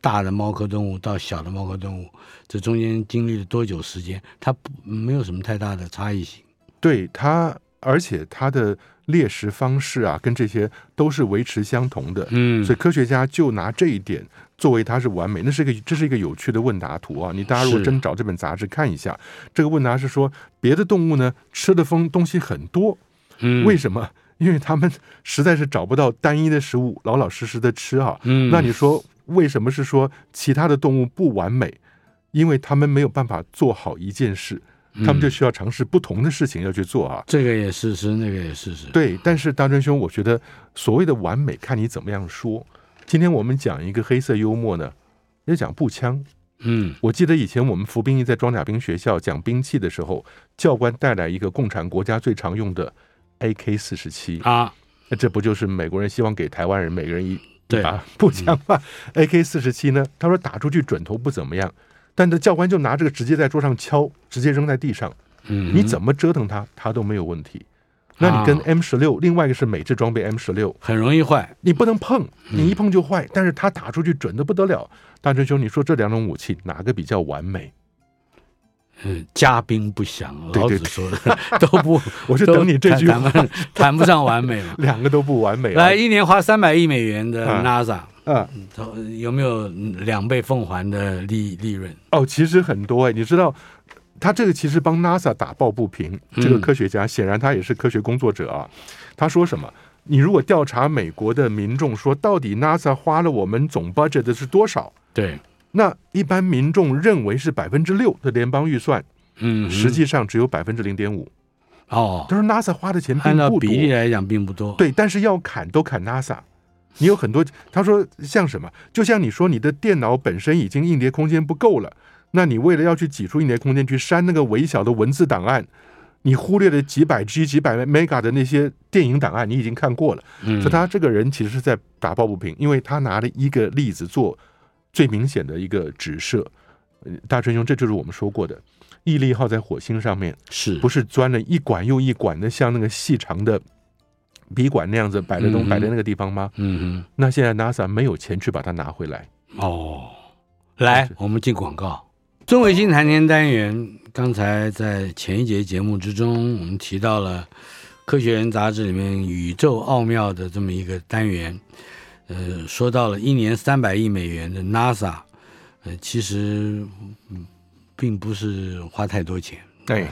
[SPEAKER 2] 大的猫科动物到小的猫科动物，这中间经历了多久时间，它不没有什么太大的差异性。
[SPEAKER 3] 对它，而且它的猎食方式啊，跟这些都是维持相同的。
[SPEAKER 2] 嗯
[SPEAKER 3] 所以科学家就拿这一点作为它是完美，那是一个这是一个有趣的问答图啊！你大家如果
[SPEAKER 2] 是
[SPEAKER 3] 真找这本杂志看一下，这个问答是说别的动物呢吃的风东西很多，
[SPEAKER 2] 嗯
[SPEAKER 3] 为什么？因为它们实在是找不到单一的食物，老老实实的吃啊。
[SPEAKER 2] 嗯
[SPEAKER 3] 那你说为什么是说其他的动物不完美？因为它们没有办法做好一件事，
[SPEAKER 2] 嗯
[SPEAKER 3] 它们就需要尝试不同的事情要去做啊。
[SPEAKER 2] 这个也事实，那个也事实。
[SPEAKER 3] 对，但是大真兄，我觉得所谓的完美，看你怎么样说。今天我们讲一个黑色幽默呢，要讲步枪。
[SPEAKER 2] 嗯
[SPEAKER 3] 我记得以前我们服兵役在装甲兵学校讲兵器的时候，教官带来一个共产国家最常用的 AK 四十七，
[SPEAKER 2] 啊，
[SPEAKER 3] 那这不就是美国人希望给台湾人每个人一
[SPEAKER 2] 对
[SPEAKER 3] 把步枪吗？AK 四十七呢？他说打出去准头不怎么样，但这教官就拿这个直接在桌上敲，直接扔在地上。
[SPEAKER 2] 嗯，
[SPEAKER 3] 你怎么折腾它，它都没有问题。那你跟
[SPEAKER 2] 啊
[SPEAKER 3] M 十六，另外一个是美制装备 M 十六，
[SPEAKER 2] 很容易坏？
[SPEAKER 3] 你不能碰，
[SPEAKER 2] 嗯
[SPEAKER 3] 你一碰就坏。但是它打出去准的不得了。大真兄，你说这两种武器哪个比较完美？
[SPEAKER 2] 嗯，家兵不详，
[SPEAKER 3] 对
[SPEAKER 2] 老
[SPEAKER 3] 对
[SPEAKER 2] 子说的 都 不，
[SPEAKER 3] 我是
[SPEAKER 2] 都
[SPEAKER 3] 等你这句
[SPEAKER 2] 谈
[SPEAKER 3] 话，
[SPEAKER 2] 谈不 谈不上完美嘛。
[SPEAKER 3] 两个都不完美、啊。
[SPEAKER 2] 来，，一年花三百亿美元的
[SPEAKER 3] 啊
[SPEAKER 2] NASA，
[SPEAKER 3] 啊，
[SPEAKER 2] 投有没有两倍奉还的利利润？
[SPEAKER 3] 哦，其实很多哎，你知道，他这个其实帮 NASA 打抱不平。这个
[SPEAKER 2] 嗯
[SPEAKER 3] 科学家显然他也是科学工作者啊，他说什么？你如果调查美国的民众，说到底 NASA 花了我们总 budget 的是多少？
[SPEAKER 2] 对，
[SPEAKER 3] 那一般民众认为是百分之六的联邦预算，
[SPEAKER 2] 嗯，
[SPEAKER 3] 实际上只有百分之零点五。
[SPEAKER 2] 哦，
[SPEAKER 3] 他说 NASA 花的钱并
[SPEAKER 2] 按照
[SPEAKER 3] 不
[SPEAKER 2] 比例
[SPEAKER 3] 多，
[SPEAKER 2] 来讲并不多。
[SPEAKER 3] 对，但是要砍都砍 NASA。你有很多，他说像什么，就像你说你的电脑本身已经硬碟空间不够了，那你为了要去挤出硬碟空间去删那个微小的文字档案，你忽略了几百 G、几百 mega 的那些电影档案，你已经看过了。
[SPEAKER 2] 嗯
[SPEAKER 3] 所以他这个人其实是在打抱不平，因为他拿了一个例子做最明显的一个指涉。呃大春兄，这就是我们说过的，毅力号在火星上面
[SPEAKER 2] 是
[SPEAKER 3] 不是钻了一管又一管的，像那个细长的笔管那样子摆在
[SPEAKER 2] 嗯
[SPEAKER 3] 东
[SPEAKER 2] 哼
[SPEAKER 3] 摆在那个地方吗？
[SPEAKER 2] 嗯
[SPEAKER 3] 那现在 NASA 没有钱去把它拿回来。
[SPEAKER 2] 哼，哦，来
[SPEAKER 3] 是，
[SPEAKER 2] 我们进广告。中伟新谈天单元，刚才在前一节节目之中，我们提到了《科学人》杂志里面宇宙奥妙的这么一个单元，呃，说到了一年三百亿美元的 NASA，呃，其实嗯并不是花太多钱，
[SPEAKER 3] 哎，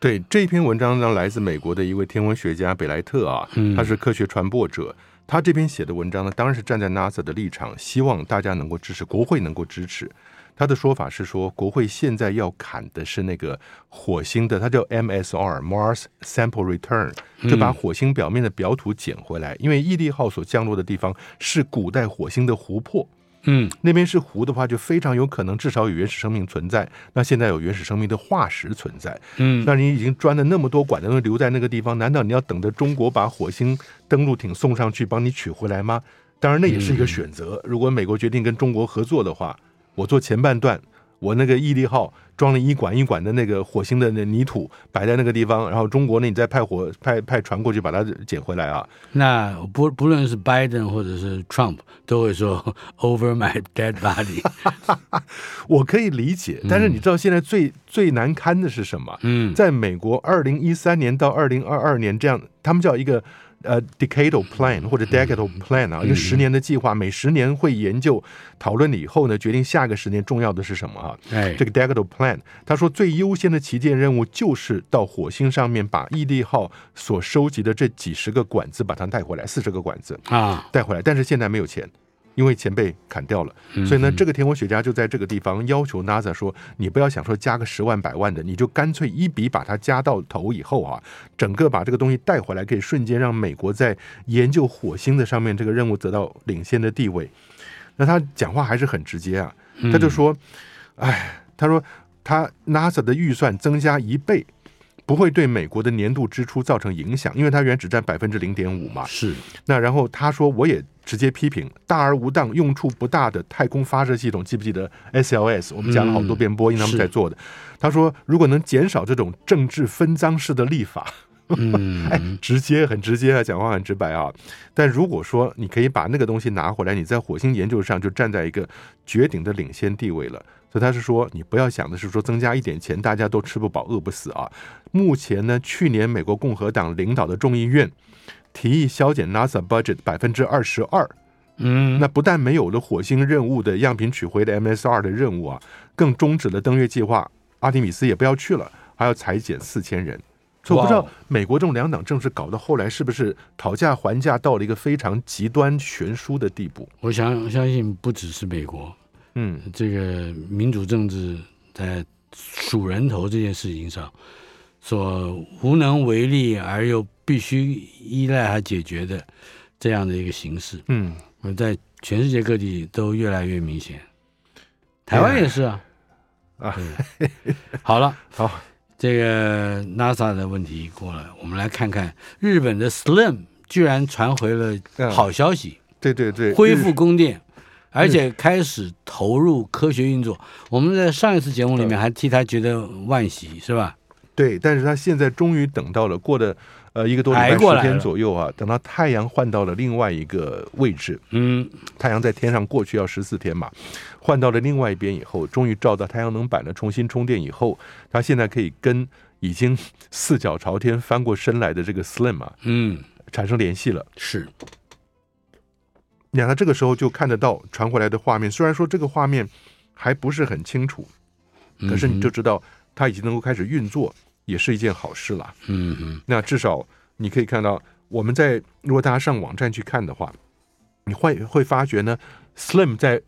[SPEAKER 3] 对，这篇文章呢来自美国的一位天文学家北莱特啊，
[SPEAKER 2] 嗯
[SPEAKER 3] 他是科学传播者。他这篇写的文章呢，当然是站在 NASA 的立场，希望大家能够支持，国会能够支持。他的说法是说，国会现在要砍的是那个火星的，它叫 MSR（Mars Sample Return），就把火星表面的表土捡回来。因为毅力号所降落的地方是古代火星的湖泊，
[SPEAKER 2] 嗯
[SPEAKER 3] 那边是湖的话，就非常有可能至少有原始生命存在。那现在有原始生命的化石存在，
[SPEAKER 2] 嗯
[SPEAKER 3] 那你已经钻了那么多管，都留在那个地方，难道你要等着中国把火星登陆艇送上去帮你取回来吗？当然，那也是一个选择。如果美国决定跟中国合作的话，我做前半段，我那个毅力号装了一管一管的那个火星的那泥土摆在那个地方，然后中国呢，你再派火派派船过去把它捡回来啊。
[SPEAKER 2] 那不不论是 Biden 或者是 Trump 都会说 over my dead body，
[SPEAKER 3] 我可以理解，但是你知道现在最、最难堪的是什么？
[SPEAKER 2] 嗯
[SPEAKER 3] 在美国，二零一三年到二零二二年这样，他们叫一个呃 decadal plan 或者 decadal plan 啊，一个十年的计划，每十年会研究讨论了以后呢，决定下个十年重要的是什么啊？
[SPEAKER 2] 哎
[SPEAKER 3] 这个 decadal plan，他说最优先的旗舰任务就是到火星上面把毅力号所收集的这几十个管子把它带回来，四十个管子
[SPEAKER 2] 啊，
[SPEAKER 3] 带回来，但是现在没有钱。因为钱被砍掉了，
[SPEAKER 2] 嗯
[SPEAKER 3] 所以呢，这个天文学家就在这个地方要求 NASA 说：“你不要想说加个十万、百万的，你就干脆一笔把它加到头以后啊，整个把这个东西带回来，可以瞬间让美国在研究火星的上面这个任务得到领先的地位。”那他讲话还是很直接啊，他就说：“哎，他说他 NASA 的预算增加一倍，不会对美国的年度支出造成影响，因为它原只占百分之零点五嘛。”
[SPEAKER 2] 是
[SPEAKER 3] 那然后他说，我也直接批评大而无当、用处不大的太空发射系统，记不记得 SLS？我们讲了好多遍，波音他们
[SPEAKER 2] 是
[SPEAKER 3] 在做的。他说，如果能减少这种政治分赃式的立法， 哎，
[SPEAKER 2] 嗯
[SPEAKER 3] 直接很直接啊，讲话很直白啊。但如果说你可以把那个东西拿回来，你在火星研究上就站在一个绝顶的领先地位了。所以他是说，你不要想的是说增加一点钱，大家都吃不饱饿不死啊。目前呢，去年美国共和党领导的众议院提议削减 NASA budget 百分之二十二，
[SPEAKER 2] 嗯
[SPEAKER 3] 那不但没有了火星任务的样品取回的 MSR 的任务啊，更终止了登月计划，阿提米斯也不要去了，还要裁减四千人。所以我不知
[SPEAKER 2] 哇
[SPEAKER 3] 道
[SPEAKER 2] 哦
[SPEAKER 3] 美国这种两党政治搞到后来是不是讨价还价到了一个非常极端悬殊的地步？
[SPEAKER 2] 我想相信不只是美国，
[SPEAKER 3] 嗯，
[SPEAKER 2] 这个民主政治在数人头这件事情上，所无能为力而又必须依赖它解决的这样的一个形式，
[SPEAKER 3] 嗯，
[SPEAKER 2] 呃在全世界各地都越来越明显。台湾也是啊，
[SPEAKER 3] 啊
[SPEAKER 2] 对， 好了，
[SPEAKER 3] 好，
[SPEAKER 2] 这个 NASA 的问题过了，我们来看看日本的 Slim 居然传回了
[SPEAKER 3] 嗯
[SPEAKER 2] 好消息。
[SPEAKER 3] 对对对，
[SPEAKER 2] 恢复供电，而
[SPEAKER 3] 嗯
[SPEAKER 2] 且开始投入科学运作。我们在上一次节目里面还替他觉得惋惜，是吧？
[SPEAKER 3] 对，但是他现在终于等到了，过了呃一个多礼拜
[SPEAKER 2] 挨过来
[SPEAKER 3] 十
[SPEAKER 2] 了
[SPEAKER 3] 天左右啊，等到太阳换到了另外一个位置，
[SPEAKER 2] 嗯，
[SPEAKER 3] 太阳在天上过去要十四天嘛，换到了另外一边以后，终于照到太阳能板了，重新充电以后，它现在可以跟已经四脚朝天翻过身来的这个 Slim 啊
[SPEAKER 2] 嗯，
[SPEAKER 3] 产生联系了。
[SPEAKER 2] 是，
[SPEAKER 3] 你看，它这个时候就看得到传回来的画面，虽然说这个画面还不是很清楚，可是你就知道它已经能够开始运作，也是一件好事了。
[SPEAKER 2] 嗯哼，
[SPEAKER 3] 那至少你可以看到，我们在如果大家上网站去看的话，你会会发觉呢，Slim 在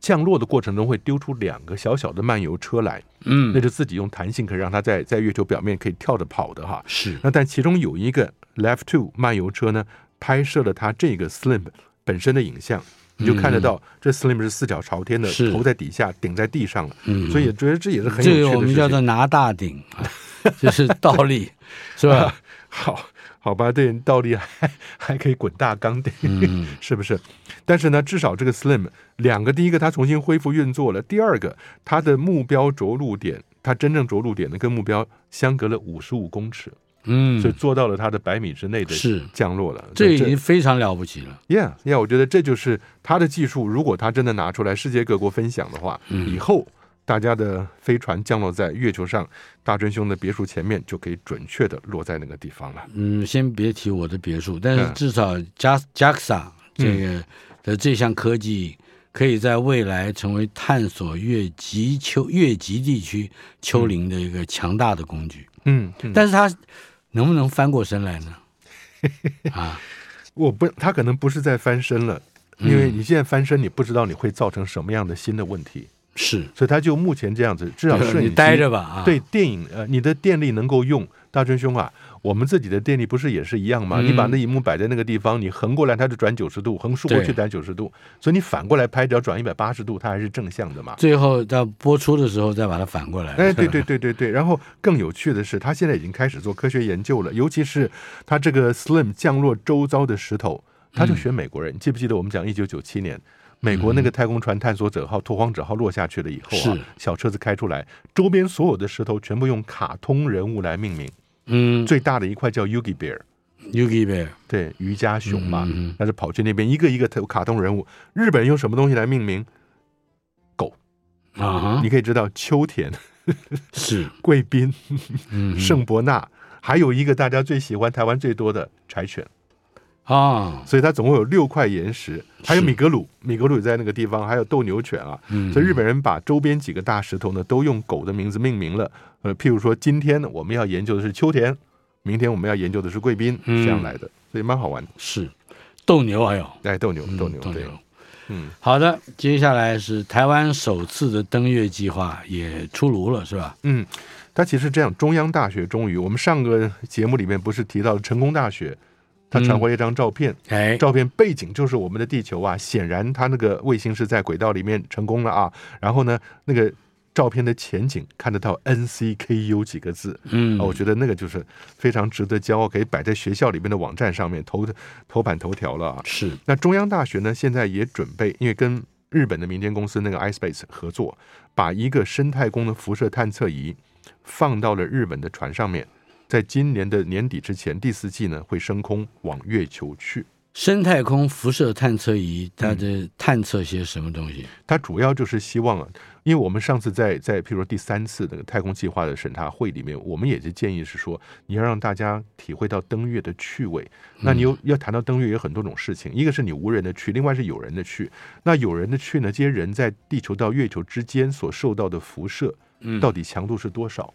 [SPEAKER 3] 降落的过程中会丢出两个小小的漫游车来，
[SPEAKER 2] 嗯，
[SPEAKER 3] 那就自己用弹性可以让它在在月球表面可以跳着跑的哈。
[SPEAKER 2] 是
[SPEAKER 3] 那但其中有一个 Left Two 漫游车呢，拍摄了它这个 Slim 本身的影像，你就看得到这 Slim 是四脚朝天的
[SPEAKER 2] 嗯是，
[SPEAKER 3] 头在底下顶在地上了，
[SPEAKER 2] 嗯
[SPEAKER 3] 所以觉得这也是很有
[SPEAKER 2] 这
[SPEAKER 3] 趣的
[SPEAKER 2] 个我们
[SPEAKER 3] 事
[SPEAKER 2] 叫
[SPEAKER 3] 情
[SPEAKER 2] 做拿大顶 啊，就是倒立，是吧？
[SPEAKER 3] 好好吧，对，倒立还 还可以滚大缸的，
[SPEAKER 2] 嗯
[SPEAKER 3] 是不是？但是呢，至少这个 Slim 两个，第一个它重新恢复运作了，第二个它的目标着陆点，它真正着陆点呢跟目标相隔了五十五公尺，
[SPEAKER 2] 嗯
[SPEAKER 3] 所以，做到了它的百米之内的
[SPEAKER 2] 是
[SPEAKER 3] 降落了。
[SPEAKER 2] 这已经非常了不起了。
[SPEAKER 3] Yeah Yeah，我觉得这就是它的技术，如果它真的拿出来世界各国分享的话，
[SPEAKER 2] 嗯
[SPEAKER 3] 以后。大家的飞船降落在月球上，大真兄的别墅前面就可以准确的落在那个地方了。
[SPEAKER 2] 嗯，先别提我的别墅，但是
[SPEAKER 3] 嗯
[SPEAKER 2] 至少 JAS JAXA 这个的这项科技，可以在未来成为探索越极丘越极地区丘陵的一个强大的工具。
[SPEAKER 3] 嗯，嗯
[SPEAKER 2] 但是它能不能翻过身来 呢？啊，
[SPEAKER 3] 我不，他可能不是在翻身了，
[SPEAKER 2] 嗯
[SPEAKER 3] 因为你现在翻身，你不知道你会造成什么样的新的问题，
[SPEAKER 2] 是，
[SPEAKER 3] 所以他就目前这样子，至少瞬
[SPEAKER 2] 你
[SPEAKER 3] 间
[SPEAKER 2] 待着。吧啊。
[SPEAKER 3] 对电影，呃，你的电力能够用，大春兄啊，我们自己的电力不是也是一样吗？
[SPEAKER 2] 嗯
[SPEAKER 3] 你把那荧幕摆在那个地方，你横过来它就转九十度，横竖过去
[SPEAKER 2] 对
[SPEAKER 3] 转九十度，所以你反过来拍，只要转一百八十度，它还是正向的嘛。
[SPEAKER 2] 最后到播出的时候再把它反过来。
[SPEAKER 3] 哎，对对对对对。然后更有趣的是，他现在已经开始做科学研究了，尤其是他这个 Slim 降落周遭的石头，他就选美国人。你记不记得我们讲一九九七年？美国那个太空船探索者号、拓荒者号落下去了以后啊
[SPEAKER 2] 是，
[SPEAKER 3] 小车子开出来，周边所有的石头全部用卡通人物来命名。
[SPEAKER 2] 嗯
[SPEAKER 3] 最大的一块叫 Yogi Bear，
[SPEAKER 2] ，Yugi 呗，
[SPEAKER 3] 对，瑜伽熊嘛
[SPEAKER 2] 嗯嗯，
[SPEAKER 3] 那就跑去那边一个一个卡通人物。日本用什么东西来命名？
[SPEAKER 2] 啊哈啊
[SPEAKER 3] 你，可以知道秋田、
[SPEAKER 2] 是，
[SPEAKER 3] 贵宾、
[SPEAKER 2] 嗯哼
[SPEAKER 3] 圣伯纳，还有一个大家最喜欢、台湾最多的柴犬，
[SPEAKER 2] 啊，
[SPEAKER 3] 所以它总共有六块岩石，还有
[SPEAKER 2] 是
[SPEAKER 3] 米格鲁，米格鲁也在那个地方，还有斗牛犬啊。
[SPEAKER 2] 嗯
[SPEAKER 3] 所以日本人把周边几个大石头呢，都用狗的名字命名了。呃，譬如说，今天我们要研究的是秋田，明天我们要研究的是贵宾，
[SPEAKER 2] 嗯
[SPEAKER 3] 这样来的，所以蛮好玩的。
[SPEAKER 2] 是斗牛还有
[SPEAKER 3] 哎，斗牛
[SPEAKER 2] 嗯，
[SPEAKER 3] 斗牛，
[SPEAKER 2] 斗
[SPEAKER 3] 对
[SPEAKER 2] 牛，。
[SPEAKER 3] 嗯，
[SPEAKER 2] 好的，接下来是台湾首次的登月计划也出炉了，是吧？
[SPEAKER 3] 嗯，它其实这样，中央大学终于，我们上个节目里面不是提到了成功大学，它传
[SPEAKER 2] 嗯
[SPEAKER 3] 回了一张照片，
[SPEAKER 2] 哎，
[SPEAKER 3] 照片背景就是我们的地球啊，显然它那个卫星是在轨道里面成功了啊。然后呢，那个照片的前景看得到 NCKU 几个字
[SPEAKER 2] 嗯
[SPEAKER 3] 啊，我觉得那个就是非常值得骄傲，可以摆在学校里面的网站上面头头版头条了啊。
[SPEAKER 2] 是，
[SPEAKER 3] 那中央大学呢，现在也准备，因为跟日本的民间公司那个 iSpace 合作，把一个生态宫的辐射探测仪放到了日本的船上面，在今年的年底之前，第四季呢会升空往月球去。
[SPEAKER 2] 深太空辐射探测仪它的探测些什么东西？
[SPEAKER 3] 它主要就是希望啊，因为我们上次在在譬如说第三次那个太空计划的审查会里面，我们也是建议是说，你要让大家体会到登月的趣味。那你又要谈到登月有很多种事情，一个是你无人的去，另外是有人的去。那有人的去呢，这些人在地球到月球之间所受到的辐射，到底强度是多少？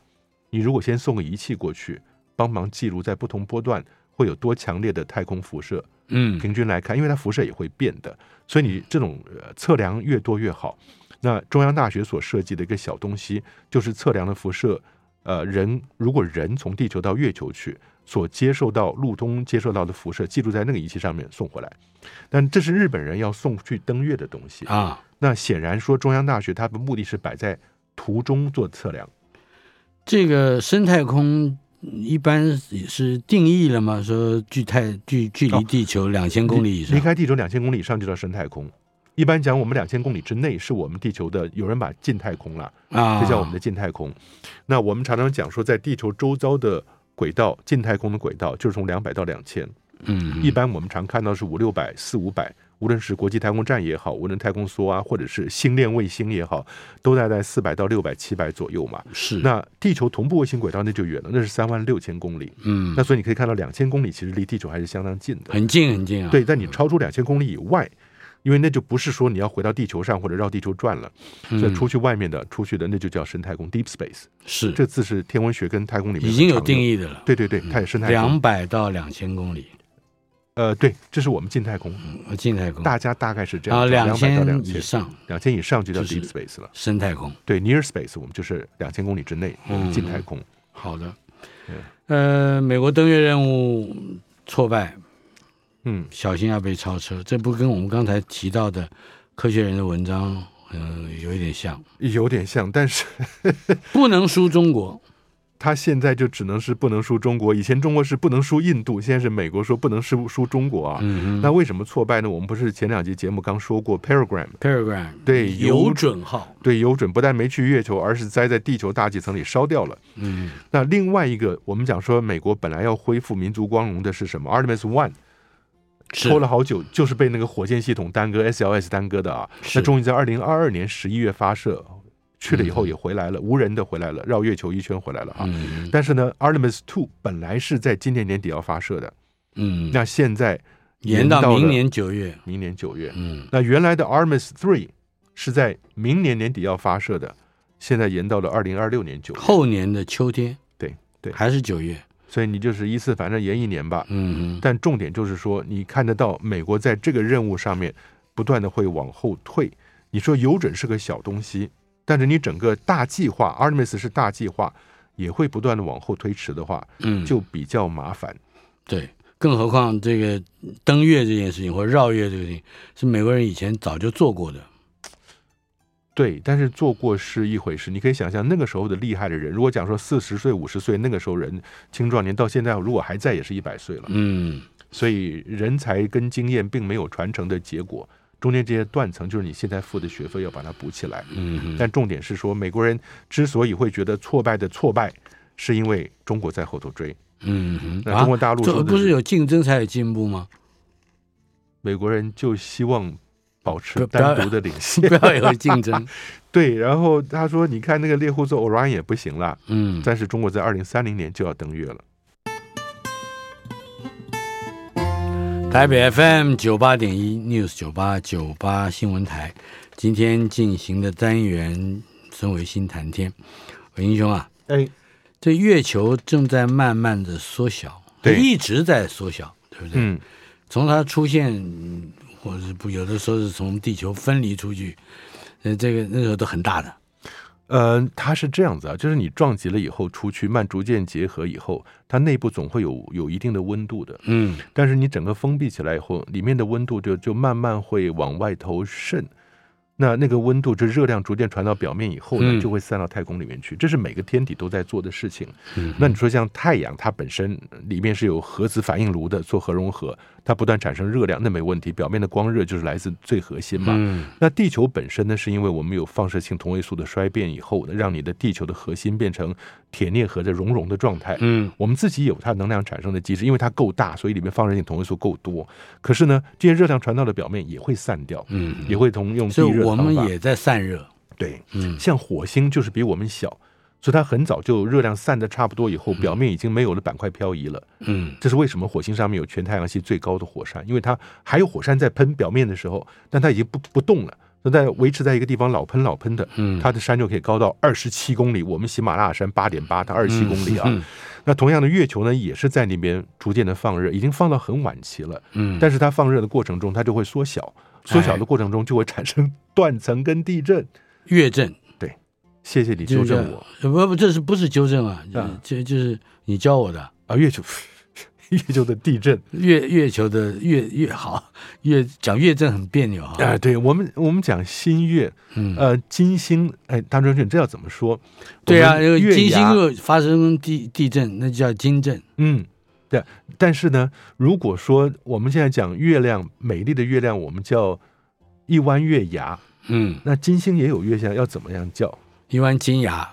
[SPEAKER 3] 你如果先送个仪器过去，帮忙记录在不同波段会有多强烈的太空辐射，
[SPEAKER 2] 嗯
[SPEAKER 3] 平均来看，因为它辐射也会变的，所以你这种呃测量越多越好。那中央大学所设计的一个小东西，就是测量了辐射，呃，人如果人从地球到月球去，所接受到路中接受到的辐射，记录在那个仪器上面送回来。但这是日本人要送去登月的东西。
[SPEAKER 2] 啊，
[SPEAKER 3] 那显然说，中央大学它的目的是摆在途中做测量。
[SPEAKER 2] 这个深太空。一般是定义了吗？说距太距距离
[SPEAKER 3] 哦
[SPEAKER 2] 地球两千公里以上
[SPEAKER 3] 离，开地球两千公里以上就叫深太空。一般讲，我们两千公里之内是我们地球的，有人把近太空了。
[SPEAKER 2] 啊，
[SPEAKER 3] 这叫我们的近太空。那我们常常讲说，在地球周遭的轨道，近太空的轨道就是从两百到两千，
[SPEAKER 2] 嗯
[SPEAKER 3] 一般我们常看到是五六百、四五百。无论是国际太空站也好，无论太空梭啊，或者是星链卫星也好，都大概四百到六百、七百左右嘛。
[SPEAKER 2] 是
[SPEAKER 3] 那地球同步卫星轨道那就远了，那是三万六千公里。
[SPEAKER 2] 嗯
[SPEAKER 3] 那所以你可以看到，两千公里其实离地球还是相当近的。
[SPEAKER 2] 很近很近啊，
[SPEAKER 3] 对，但你超出两千公里以外，因为那就不是说你要回到地球上或者绕地球转了，
[SPEAKER 2] 嗯
[SPEAKER 3] 所以出去外面的、出去的那就叫深太空 （deep space）。
[SPEAKER 2] 是
[SPEAKER 3] 这字是天文学跟太空里面
[SPEAKER 2] 已经有
[SPEAKER 3] 常
[SPEAKER 2] 定义的了。嗯
[SPEAKER 3] 对对对，它也生态
[SPEAKER 2] 两
[SPEAKER 3] 空，
[SPEAKER 2] 百到两千公里，
[SPEAKER 3] 呃，对，这是我们近太空，
[SPEAKER 2] 呃近太空，
[SPEAKER 3] 大家大概是这
[SPEAKER 2] 然后
[SPEAKER 3] 样，两百
[SPEAKER 2] 啊
[SPEAKER 3] 到
[SPEAKER 2] 千
[SPEAKER 3] 两
[SPEAKER 2] 以
[SPEAKER 3] 千，
[SPEAKER 2] 上
[SPEAKER 3] 两千以上就叫
[SPEAKER 2] 就是
[SPEAKER 3] deep space 了。
[SPEAKER 2] 深太空。
[SPEAKER 3] 对，near space 我们就是两千公里之内，
[SPEAKER 2] 嗯
[SPEAKER 3] 近太空。
[SPEAKER 2] 好的，
[SPEAKER 3] 嗯
[SPEAKER 2] 呃，美国登月任务挫败，
[SPEAKER 3] 嗯，
[SPEAKER 2] 小心要被超车，这不跟我们刚才提到的科学人的文章，嗯、有一点像，
[SPEAKER 3] 有点像，但是
[SPEAKER 2] 不能输中国。
[SPEAKER 3] 它现在就只能是不能输中国。以前中国是不能输印度，现在是美国说不能输输中国啊。
[SPEAKER 2] 嗯
[SPEAKER 3] 那为什么挫败呢？我们不是前两集节目刚说过 Paragram
[SPEAKER 2] ，Paragram
[SPEAKER 3] 对
[SPEAKER 2] 有
[SPEAKER 3] 有
[SPEAKER 2] 准号，
[SPEAKER 3] 对有准不但没去月球，而是栽在地球大气层里烧掉了。
[SPEAKER 2] 嗯
[SPEAKER 3] 那另外一个，我们讲说美国本来要恢复民族光荣的是什么？Artemis One
[SPEAKER 2] 是
[SPEAKER 3] 拖了好久，就是被那个火箭系统耽搁 SLS 耽搁的啊。
[SPEAKER 2] 是
[SPEAKER 3] 那终于在二零二二年十一月发射，去了以后也回来了，无人的回来了，绕月球一圈回来了啊。
[SPEAKER 2] 嗯
[SPEAKER 3] 但是呢，Artemis Two 本来是在今年年底要发射的，
[SPEAKER 2] 嗯，
[SPEAKER 3] 那现在
[SPEAKER 2] 延
[SPEAKER 3] 到
[SPEAKER 2] 到
[SPEAKER 3] 了
[SPEAKER 2] 明年九月，
[SPEAKER 3] 明年九月，
[SPEAKER 2] 嗯，
[SPEAKER 3] 那原来的 Artemis Three 是在明年年底要发射的，现在延到了二零二六年九月。
[SPEAKER 2] 后年的秋天，
[SPEAKER 3] 对对
[SPEAKER 2] 还是九月，
[SPEAKER 3] 所以你就是一次，反正延一年吧。
[SPEAKER 2] 嗯
[SPEAKER 3] 但重点就是说，你看得到美国在这个任务上面不断的会往后退。你说有准是个小东西，但是你整个大计划，Artemis 是大计划，也会不断的往后推迟的话，
[SPEAKER 2] 嗯，
[SPEAKER 3] 就比较麻烦。
[SPEAKER 2] 对，更何况这个登月这件事情或者绕月这个事情，是美国人以前早就做过的。
[SPEAKER 3] 对，但是做过是一回事，你可以想象那个时候的厉害的人，如果讲说四十岁、五十岁那个时候人青壮年到现在如果还在，也是一百岁了。
[SPEAKER 2] 嗯，
[SPEAKER 3] 所以人才跟经验并没有传承的结果，中间这些断层就是你现在付的学费要把它补起来。
[SPEAKER 2] 嗯
[SPEAKER 3] 但重点是说，美国人之所以会觉得挫败的挫败，是因为中国在后头追。
[SPEAKER 2] 嗯
[SPEAKER 3] 那中国大陆
[SPEAKER 2] 这
[SPEAKER 3] 说的
[SPEAKER 2] 不是有竞争才有进步 吗？
[SPEAKER 3] 美国人就希望保持
[SPEAKER 2] 不不要
[SPEAKER 3] 单独的领 先。
[SPEAKER 2] 不要有竞争。
[SPEAKER 3] 对，然后他说：“你看那个猎户座 Orion 也不行了，
[SPEAKER 2] 嗯，
[SPEAKER 3] 但是中 国在二零三零年就要登月了。
[SPEAKER 2] 台北 FM 九八点一 News 九八九八新闻台，今天进行的单元孙维新谈天，伟英兄啊，”
[SPEAKER 3] 哎，
[SPEAKER 2] 这月球正在慢慢的缩小，
[SPEAKER 3] 对
[SPEAKER 2] 一直在缩小，对不对？
[SPEAKER 3] 嗯，
[SPEAKER 2] 从它出现，嗯或者是不有的时候是从地球分离出去，呃，这个那时候都很大的，
[SPEAKER 3] 呃，它是这样子啊，就是你撞击了以后出去，慢逐渐结合以后，它内部总会有有一定的温度的。
[SPEAKER 2] 嗯
[SPEAKER 3] 但是你整个封闭起来以后，里面的温度就就慢慢会往外头渗。那那个温度，这热量逐渐传到表面以后
[SPEAKER 2] 嗯
[SPEAKER 3] 呢，就会散到太空里面去。这是每个天体都在做的事情
[SPEAKER 2] 嗯。
[SPEAKER 3] 那你说像太阳，它本身里面是有核子反应炉的，做核融合，它不断产生热量，那没问题。表面的光热就是来自最核心嘛。
[SPEAKER 2] 嗯
[SPEAKER 3] 那地球本身呢，是因为我们有放射性同位素的衰变以后呢，让你的地球的核心变成铁镍核的熔融的状态。
[SPEAKER 2] 嗯
[SPEAKER 3] 我们自己有它能量产生的机制，因为它够大，所以里面放射性同位素够多。可是呢，这些热量传到了表面也会散掉，
[SPEAKER 2] 嗯，
[SPEAKER 3] 也会同用地
[SPEAKER 2] 所以
[SPEAKER 3] 热
[SPEAKER 2] 我们
[SPEAKER 3] 方法
[SPEAKER 2] 也在散热，
[SPEAKER 3] 对，
[SPEAKER 2] 嗯
[SPEAKER 3] 像火星就是比我们小。所以它很早就热量散的差不多以后，表面已经没有了板块漂移了。
[SPEAKER 2] 嗯
[SPEAKER 3] 这是为什么火星上面有全太阳系最高的火山，因为它还有火山在喷表面的时候，但它已经不不动了，那在维持在一个地方老喷老喷的，
[SPEAKER 2] 嗯，
[SPEAKER 3] 它的山就可以高到二十七公里，我们喜马拉雅山八点八，它二十七公里啊。
[SPEAKER 2] 嗯
[SPEAKER 3] 那同样的，月球呢也是在那边逐渐的放热，已经放到很晚期了。
[SPEAKER 2] 嗯，
[SPEAKER 3] 但是它放热的过程中，它就会缩小，缩小
[SPEAKER 2] 哎
[SPEAKER 3] 的过程中就会产生 断层跟地震。
[SPEAKER 2] 月震
[SPEAKER 3] 谢谢你纠正我
[SPEAKER 2] 我，不不，这是不是纠正啊？
[SPEAKER 3] 啊
[SPEAKER 2] 这就是你教我的
[SPEAKER 3] 啊，月球， 月球的地震
[SPEAKER 2] 月月球的月月好月讲月震很别扭啊，
[SPEAKER 3] 啊，对我们我们讲新月，
[SPEAKER 2] 嗯，
[SPEAKER 3] 呃，金星，哎，大专你这要怎么说？
[SPEAKER 2] 对啊，
[SPEAKER 3] 我
[SPEAKER 2] 因
[SPEAKER 3] 们
[SPEAKER 2] 为
[SPEAKER 3] 月
[SPEAKER 2] 金星
[SPEAKER 3] 牙
[SPEAKER 2] 若发生地地震，那就叫金震，
[SPEAKER 3] 嗯，对。但是呢，如果说我们现在讲月亮，美丽的月亮，我们叫一弯月牙，
[SPEAKER 2] 嗯，
[SPEAKER 3] 那金星也有月相，要怎么样叫？
[SPEAKER 2] 一湾金牙，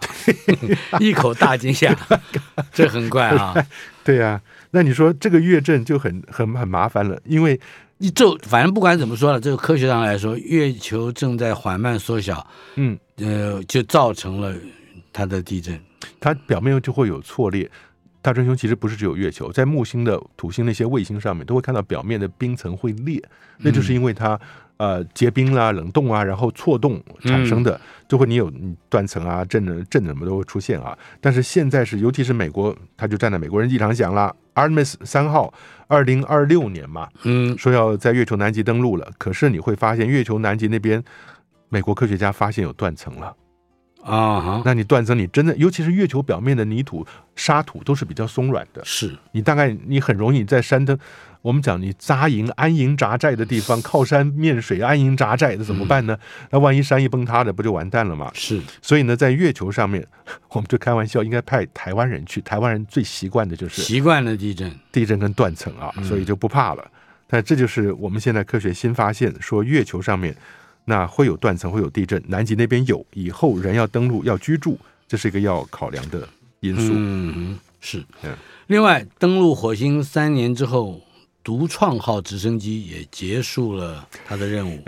[SPEAKER 2] 一口大金牙， 这很怪啊！
[SPEAKER 3] 对啊，那你说这个月震就很很很麻烦了，因为
[SPEAKER 2] 一就反正不管怎么说了，这个科学上来说，月球正在缓慢缩小，
[SPEAKER 3] 嗯，
[SPEAKER 2] 呃，就造成了它的地震。
[SPEAKER 3] 它表面就会有错裂。大真兄其实不是只有月球，在木星的、土星那些卫星上面，都会看到表面的冰层会裂，那就是因为它、呃结冰啦、冷冻啊，然后错冻产生的，就会你有你断层啊、震的震什么都会出现啊。但是现在是，尤其是美国，他就站在美国人立场讲啦 a r m i s 三号，二零二六年嘛，
[SPEAKER 2] 嗯，
[SPEAKER 3] 说要在月球南极登陆了。可是你会发现，月球南极那边，美国科学家发现有断层了。
[SPEAKER 2] 啊哈，
[SPEAKER 3] 那你断层，你真的，尤其是月球表面的泥土、沙土都是比较松软的，
[SPEAKER 2] 是
[SPEAKER 3] 你大概你很容易在山登，我们讲你扎营、安营扎寨的地方，靠山面水、安营扎寨的怎么办呢？那万一山一崩塌了，不就完蛋了吗？
[SPEAKER 2] 是，
[SPEAKER 3] 所以呢，在月球上面， 我们就开玩笑，应该派台湾人去，台湾人最习惯的就是
[SPEAKER 2] 习惯了地震，
[SPEAKER 3] 地震跟断层
[SPEAKER 2] 嗯
[SPEAKER 3] 啊，所以就不怕了。但这就是我们现在科学新发现，说月球上面那会有断层，会有地震，南极那边有，以后人要登陆要居住，这是一个要考量的因素。
[SPEAKER 2] 嗯哼，是
[SPEAKER 3] 嗯。
[SPEAKER 2] 另外，登陆火星三年之后，独创号直升机也结束了它的任 务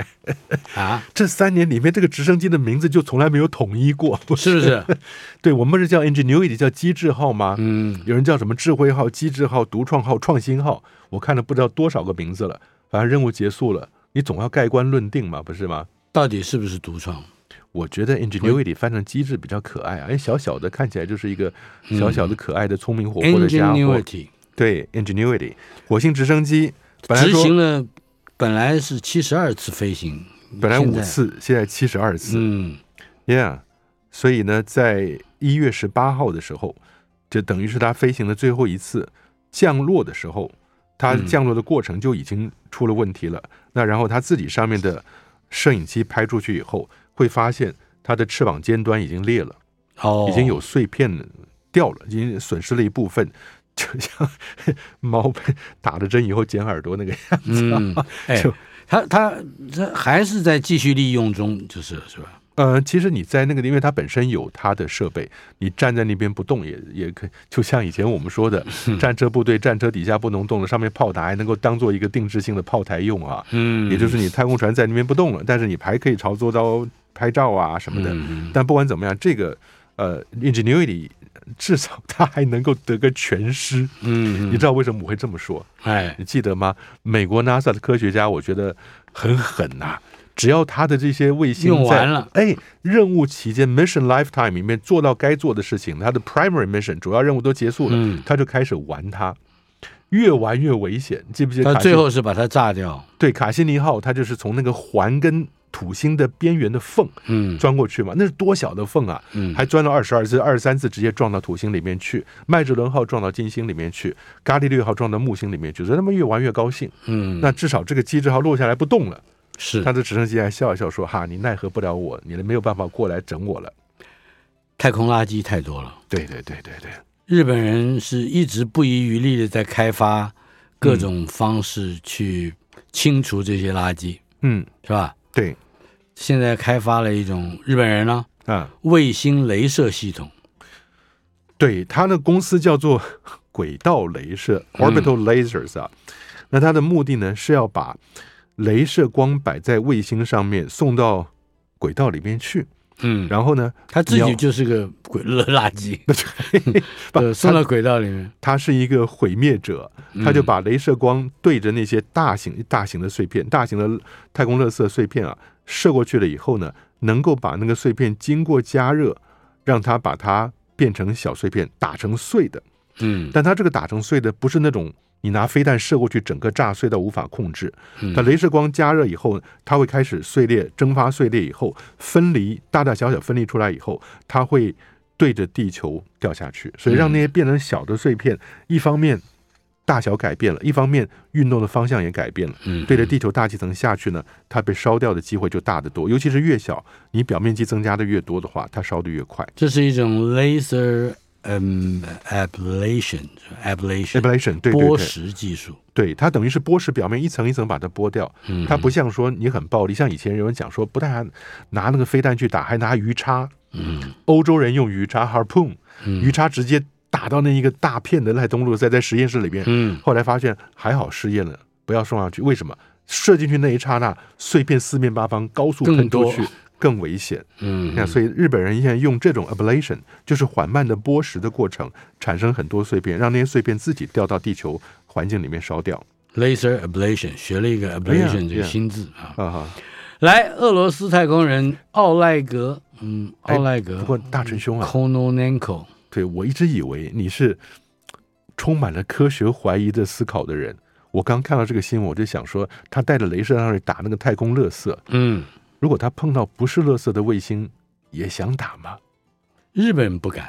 [SPEAKER 2] 啊，
[SPEAKER 3] 这三年里面，这个直升机的名字就从来没有统一过，不
[SPEAKER 2] 是不是？
[SPEAKER 3] 对我们不是叫 Ingenuity 叫机智号吗？
[SPEAKER 2] 嗯，
[SPEAKER 3] 有人叫什么智慧号、机智号、独创号、创新号，我看了不知道多少个名字了。反正任务结束了，你总要盖棺论定嘛，不是吗？
[SPEAKER 2] 到底是不是独创？
[SPEAKER 3] 我觉得 Ingenuity 翻成机智比较可爱啊，因为小小的看起来就是一个小小的可爱的聪明活泼的家伙。
[SPEAKER 2] 嗯 Ingenuity
[SPEAKER 3] 对 Ingenuity 火星直升机，本来
[SPEAKER 2] 执行
[SPEAKER 3] 说
[SPEAKER 2] 了，本来是七十二次飞行，
[SPEAKER 3] 本来
[SPEAKER 2] 现
[SPEAKER 3] 五
[SPEAKER 2] 在，
[SPEAKER 3] 次，现在七十二次。
[SPEAKER 2] 嗯
[SPEAKER 3] Yeah，所以呢，在一月十八号的时候，就等于是它飞行的最后一次降落的时候，它
[SPEAKER 2] 嗯
[SPEAKER 3] 降落的过程就已经出了问题了。那然后它自己上面的摄影机拍出去以后，会发现它的翅膀尖端已经裂了，
[SPEAKER 2] 哦，
[SPEAKER 3] 已经有碎片掉了，已经损失了一部分。就像猫被打了针以后剪耳朵那个，
[SPEAKER 2] 嗯，哎
[SPEAKER 3] 就，
[SPEAKER 2] 他他他还是在继续利用中，就是是吧？
[SPEAKER 3] 呃，其实你在那个，因为它本身有它的设备，你站在那边不动也也可以，就像以前我们 说的，战车部队战车底下不能动了，上面炮台还能够当做一个定制性的炮台用啊，
[SPEAKER 2] 嗯
[SPEAKER 3] 也就是你太空船在那边不动了，但是你还可以朝坐到拍照啊什么的。
[SPEAKER 2] 嗯
[SPEAKER 3] 但不管怎么样，这个呃 ingenuity 至少它还能够得个全尸，
[SPEAKER 2] 嗯，
[SPEAKER 3] 你知道为什么我会这么说？
[SPEAKER 2] 哎，
[SPEAKER 3] 你记得吗？美国 NASA 的科学家，我觉得很狠呐、只要他的这些卫星
[SPEAKER 2] 用
[SPEAKER 3] 在
[SPEAKER 2] 完了，
[SPEAKER 3] 哎，任务期间 mission lifetime 里面做到该做的事情，他的 primary mission 主要任务都结束了，
[SPEAKER 2] 嗯
[SPEAKER 3] 他就开始玩它，越玩越危险。记不记得
[SPEAKER 2] 他
[SPEAKER 3] 卡西
[SPEAKER 2] 最后是把它炸掉，
[SPEAKER 3] 对卡西尼号，它就是从那个环跟土星的边缘的缝
[SPEAKER 2] 嗯
[SPEAKER 3] 钻过去嘛，那是多小的缝啊！
[SPEAKER 2] 嗯，
[SPEAKER 3] 还钻了二十二次、二十三次，直接撞到土星里面去。麦哲伦号撞到金星里面去，伽利略号撞到木星里面去，所以他们越玩越高兴。
[SPEAKER 2] 嗯，
[SPEAKER 3] 那至少这个机制号落下来不动了，
[SPEAKER 2] 是
[SPEAKER 3] 他的直升机还笑一笑说：“哈，你奈何不了我，你没有办法过来整我了。
[SPEAKER 2] 太空垃圾太多了。”
[SPEAKER 3] 对对对对对，
[SPEAKER 2] 日本人是一直不遗余力的在开发各种方式去清除这些垃圾，
[SPEAKER 3] 嗯，
[SPEAKER 2] 是吧？
[SPEAKER 3] 对
[SPEAKER 2] 现在开发了一种日本人呢、
[SPEAKER 3] 啊，
[SPEAKER 2] 卫星镭射系统，
[SPEAKER 3] 对，他的公司叫做轨道镭射
[SPEAKER 2] 嗯
[SPEAKER 3] （Orbital Lasers） 啊。那它的目的呢是要把镭射光摆在卫星上面，送到轨道里面去。
[SPEAKER 2] 嗯，
[SPEAKER 3] 然后呢，
[SPEAKER 2] 他自
[SPEAKER 3] 你
[SPEAKER 2] 己
[SPEAKER 3] 要
[SPEAKER 2] 就是个鬼垃圾，
[SPEAKER 3] 不
[SPEAKER 2] 呃，送到轨道里面，
[SPEAKER 3] 它是一个毁灭者，他
[SPEAKER 2] 嗯
[SPEAKER 3] 就把镭射光对着那些大型、大型的碎片、大型的太空垃圾碎片啊射过去了以后呢，能够把那个碎片经过加热，让它把它变成小碎片，打成碎的。
[SPEAKER 2] 嗯，
[SPEAKER 3] 但它这个打成碎的不是那种你拿飞弹射过去整个炸碎到无法控制，
[SPEAKER 2] 嗯
[SPEAKER 3] 它镭射光加热以后，它会开始碎裂、蒸发碎裂以后分离，大大小小分离出来以后，它会对着地球掉下去，所以让那些变成小的碎片，一方面。大小改变了，一方面运动的方向也改变了，
[SPEAKER 2] 嗯
[SPEAKER 3] 对着地球大气层下去呢，它被烧掉的机会就大得多。尤其是越小，你表面积增加的越多的话，它烧得越快。
[SPEAKER 2] 这是一种 laser 嗯 ablation ablation
[SPEAKER 3] ablation 对对对，
[SPEAKER 2] 波石技术，
[SPEAKER 3] 对，它等于是剥蚀表面一层一层把它剥掉，
[SPEAKER 2] 嗯
[SPEAKER 3] 它不像说你很暴力，像以前有人讲说，不但还拿那个飞弹去打，还拿鱼叉，
[SPEAKER 2] 嗯
[SPEAKER 3] 欧洲人用鱼叉 harpoon，
[SPEAKER 2] 嗯
[SPEAKER 3] 鱼叉直接打到那一个大片的赖东路塞在实验室里面，
[SPEAKER 2] 嗯
[SPEAKER 3] 后来发现还好试验了，不要送上去，为什么？射进去那一刹那，碎片四面八方高速喷
[SPEAKER 2] 更
[SPEAKER 3] 出
[SPEAKER 2] 多
[SPEAKER 3] 去，更危险。
[SPEAKER 2] 嗯
[SPEAKER 3] 那所以日本人现在用这种 ablation，就是缓慢的剥蚀的过程，产生很多碎片，让那些碎片自己掉到地球环境里面烧掉。
[SPEAKER 2] laser ablation
[SPEAKER 3] ablation，
[SPEAKER 2] 学了一个
[SPEAKER 3] 哎呀
[SPEAKER 2] ablation 这个
[SPEAKER 3] 呀
[SPEAKER 2] 新字啊。
[SPEAKER 3] 啊哈。
[SPEAKER 2] 来，俄罗斯太空人奥赖格，嗯，
[SPEAKER 3] 哎
[SPEAKER 2] 奥赖格
[SPEAKER 3] 不过大成兄啊，
[SPEAKER 2] Kononenko，
[SPEAKER 3] 对我一直以为你是充满了科学怀疑的思考的人。我刚看到这个新闻，我就想说，他带着镭射上去打那个太空垃圾，
[SPEAKER 2] 嗯，
[SPEAKER 3] 如果他碰到不是垃圾的卫星，也想打吗？
[SPEAKER 2] 日本不敢，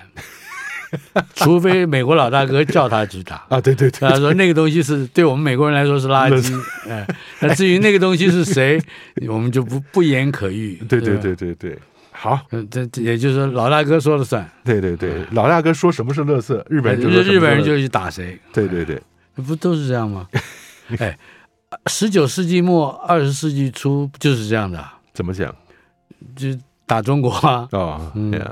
[SPEAKER 2] 除非美国老大哥叫他去 打。
[SPEAKER 3] 啊，对对对，
[SPEAKER 2] 他说那个东西是对我们美国人来说是垃圾， 哎，那至于那个东西是谁，我们就不不言可喻。
[SPEAKER 3] 对对
[SPEAKER 2] 吧，
[SPEAKER 3] 对对对，好，
[SPEAKER 2] 嗯，这这也就是说老大哥说了算，
[SPEAKER 3] 对对对，老大哥说什么是垃圾，日本人就
[SPEAKER 2] 嗯呃日
[SPEAKER 3] 说什
[SPEAKER 2] 日
[SPEAKER 3] 么是
[SPEAKER 2] 本人
[SPEAKER 3] 垃圾
[SPEAKER 2] 就去打谁，
[SPEAKER 3] 对对对，
[SPEAKER 2] 不都是这样 吗？哎，十九世纪末二十世纪初就是这样的，
[SPEAKER 3] 怎么讲
[SPEAKER 2] 就打中国啊。
[SPEAKER 3] 哦
[SPEAKER 2] 嗯
[SPEAKER 3] ，Yeah，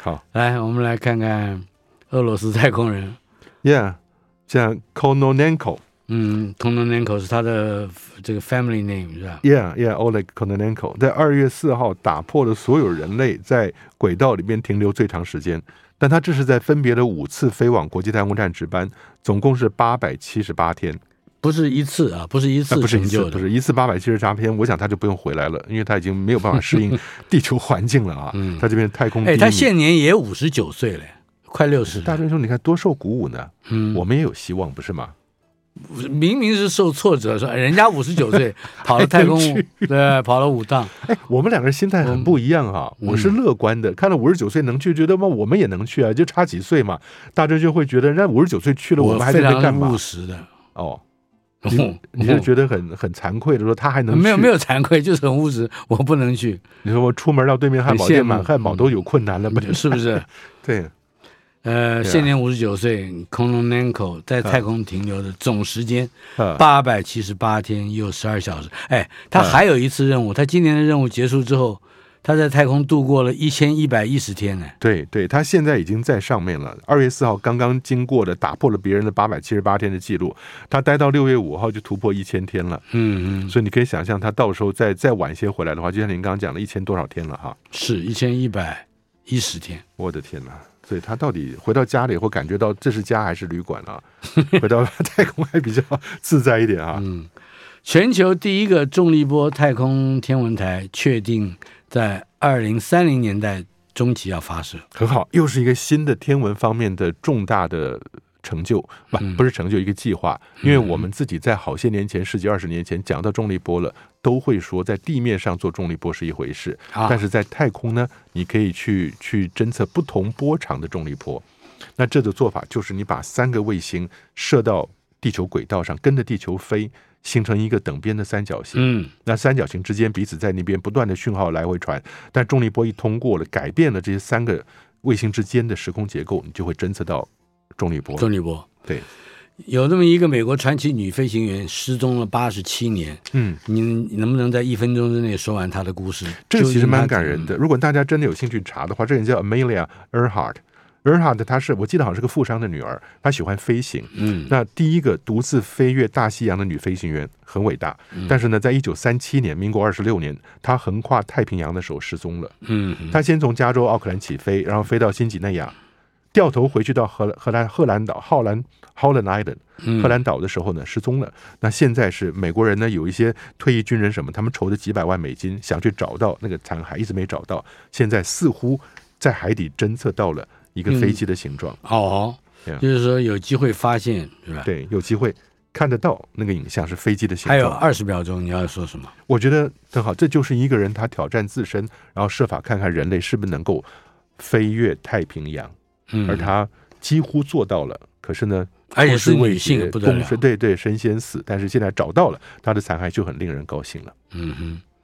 [SPEAKER 3] 好
[SPEAKER 2] 来，我们来看看俄罗斯太空人，
[SPEAKER 3] ，Yeah，像 Kononenko。
[SPEAKER 2] 嗯，通通 n 口是他的这个 family name 是吧？
[SPEAKER 3] Yeah, yeah, Oleg Kononenko 在二月四号打破了所有人类在轨道里面停留最长时间，但他这是在分别的五次飞往国际太空站值班，总共是八百七十八天，
[SPEAKER 2] 不是一次啊，不是一
[SPEAKER 3] 啊
[SPEAKER 2] 次
[SPEAKER 3] 不是
[SPEAKER 2] 成
[SPEAKER 3] 一
[SPEAKER 2] 就的，
[SPEAKER 3] 次，不是一次八百七十八天，我想他就不用回来了，因为他已经没有办法适 应地球环境了啊，
[SPEAKER 2] 嗯
[SPEAKER 3] 他这边太空低
[SPEAKER 2] 哎，
[SPEAKER 3] 迷。
[SPEAKER 2] 他现年也五十九岁了，快六十。
[SPEAKER 3] 大真兄，你看多受鼓舞呢，
[SPEAKER 2] 嗯，
[SPEAKER 3] 我们也有希望，不是吗？
[SPEAKER 2] 明明是受挫折，说哎人家五十九 岁跑了太空
[SPEAKER 3] 还能，
[SPEAKER 2] 对，跑了五趟，
[SPEAKER 3] 哎，我们两个人心态很不一样啊！
[SPEAKER 2] 嗯
[SPEAKER 3] 我是乐观的，看到五十九岁能去，觉得嘛我们也能去啊，就差几岁嘛。大真就会觉得，人家五十九岁去了，我们还
[SPEAKER 2] 非
[SPEAKER 3] 在那干
[SPEAKER 2] 常
[SPEAKER 3] 嘛
[SPEAKER 2] 务？实的。
[SPEAKER 3] 哦，你你是觉得很很惭愧的说，他还能去
[SPEAKER 2] 没有没，有惭愧，就是很务实， 我不能去，
[SPEAKER 3] 你说我出门到对面汉堡
[SPEAKER 2] 很羡
[SPEAKER 3] 店
[SPEAKER 2] 慕嗯
[SPEAKER 3] 买汉堡都有困难了吧？
[SPEAKER 2] 是不是？
[SPEAKER 3] 对，
[SPEAKER 2] 呃，
[SPEAKER 3] 对啊
[SPEAKER 2] 现年五十九岁 k o n o n e n k o 在太空停留的总时间
[SPEAKER 3] 呃，
[SPEAKER 2] 八百七十八天又十二小时。哎，他还有一次任务，他今年的任务结束之后，他在太空度过了一千一百一十天哎呢。
[SPEAKER 3] 对对，他现在已经在上面了。二月四号刚刚经过的，打破了别人的八百七十八天的记录，他待到六月五号就突破一千天了。
[SPEAKER 2] 嗯嗯，
[SPEAKER 3] 所以你可以想象，他到时候再再晚些回来的话，就像您刚刚讲的，一千多少天了哈。
[SPEAKER 2] 是一千一百一十天。
[SPEAKER 3] 我的天哪！所以他到底回到家里会感觉到这是家还是旅馆啊？回到太空还比较自在一点啊。
[SPEAKER 2] 嗯，全球第一个重力波太空天文台确定在二零三零年代中期要发射。
[SPEAKER 3] 很好，又是一个新的天文方面的重大的成就，不、不是成就，一个计划。因为我们自己在好些年前，十几二十年前讲到重力波了，都会说在地面上做重力波是一回事，
[SPEAKER 2] 啊
[SPEAKER 3] 但是在太空呢，你可以去去侦测不同波长的重力波。那这个做法就是你把三个卫星射到地球轨道上，跟着地球飞，形成一个等边的三角形。
[SPEAKER 2] 嗯，
[SPEAKER 3] 那三角形之间彼此在那边不断的讯号来回传，但重力波一通过了，改变了这些三个卫星之间的时空结构，你就会侦测到重力波。
[SPEAKER 2] 重力波
[SPEAKER 3] 对，
[SPEAKER 2] 有这么一个美国传奇女飞行员失踪了八十七年，
[SPEAKER 3] 嗯，
[SPEAKER 2] 你你能不能在一分钟之内说完她的故事？
[SPEAKER 3] 这个其实蛮感
[SPEAKER 2] 究
[SPEAKER 3] 人
[SPEAKER 2] 竟她
[SPEAKER 3] 的。如果大家真的有兴趣查的话，这个人叫 Amelia Earhart。Earhart 她是我记得好像是个富商的女儿，她喜欢飞行。
[SPEAKER 2] 怎么。嗯，
[SPEAKER 3] 那第一个独自飞越大西洋的女飞行员很伟大，
[SPEAKER 2] 嗯
[SPEAKER 3] 但是呢，在一九三七年，民国二十六年，她横跨太平洋的时候失踪了。
[SPEAKER 2] 嗯嗯
[SPEAKER 3] 他先从加州奥克兰起飞，然后飞到新几内亚，掉头回去到荷荷兰荷兰岛浩兰 Holland
[SPEAKER 2] 嗯
[SPEAKER 3] Island 荷兰岛的时候呢，失踪了。那现在是美国人呢，有一些退役军人什么，他们筹的几百万美金，想去找到那个残骸，一直没找到。现在似乎在海底侦测到了一个飞机的形状，
[SPEAKER 2] 哦
[SPEAKER 3] Yeah，
[SPEAKER 2] 就是说有机会发现，是吧？。
[SPEAKER 3] 啊对，有机会看得到那个影像是飞机的形
[SPEAKER 2] 还有
[SPEAKER 3] 状。
[SPEAKER 2] 二十秒钟，你要说什么？
[SPEAKER 3] 我觉得很好，这就是一个人他挑战自身，然后设法看看人类是不是能够飞越太平洋。
[SPEAKER 2] 嗯，
[SPEAKER 3] 而她几乎做到了。可哎是呢，
[SPEAKER 2] 而且是
[SPEAKER 3] 公司
[SPEAKER 2] 女
[SPEAKER 3] 威胁
[SPEAKER 2] 性，不得
[SPEAKER 3] 公
[SPEAKER 2] 了
[SPEAKER 3] 司。对对，身先死，但是现在找到了她的残骸，就很令人高兴了。
[SPEAKER 2] 嗯哼，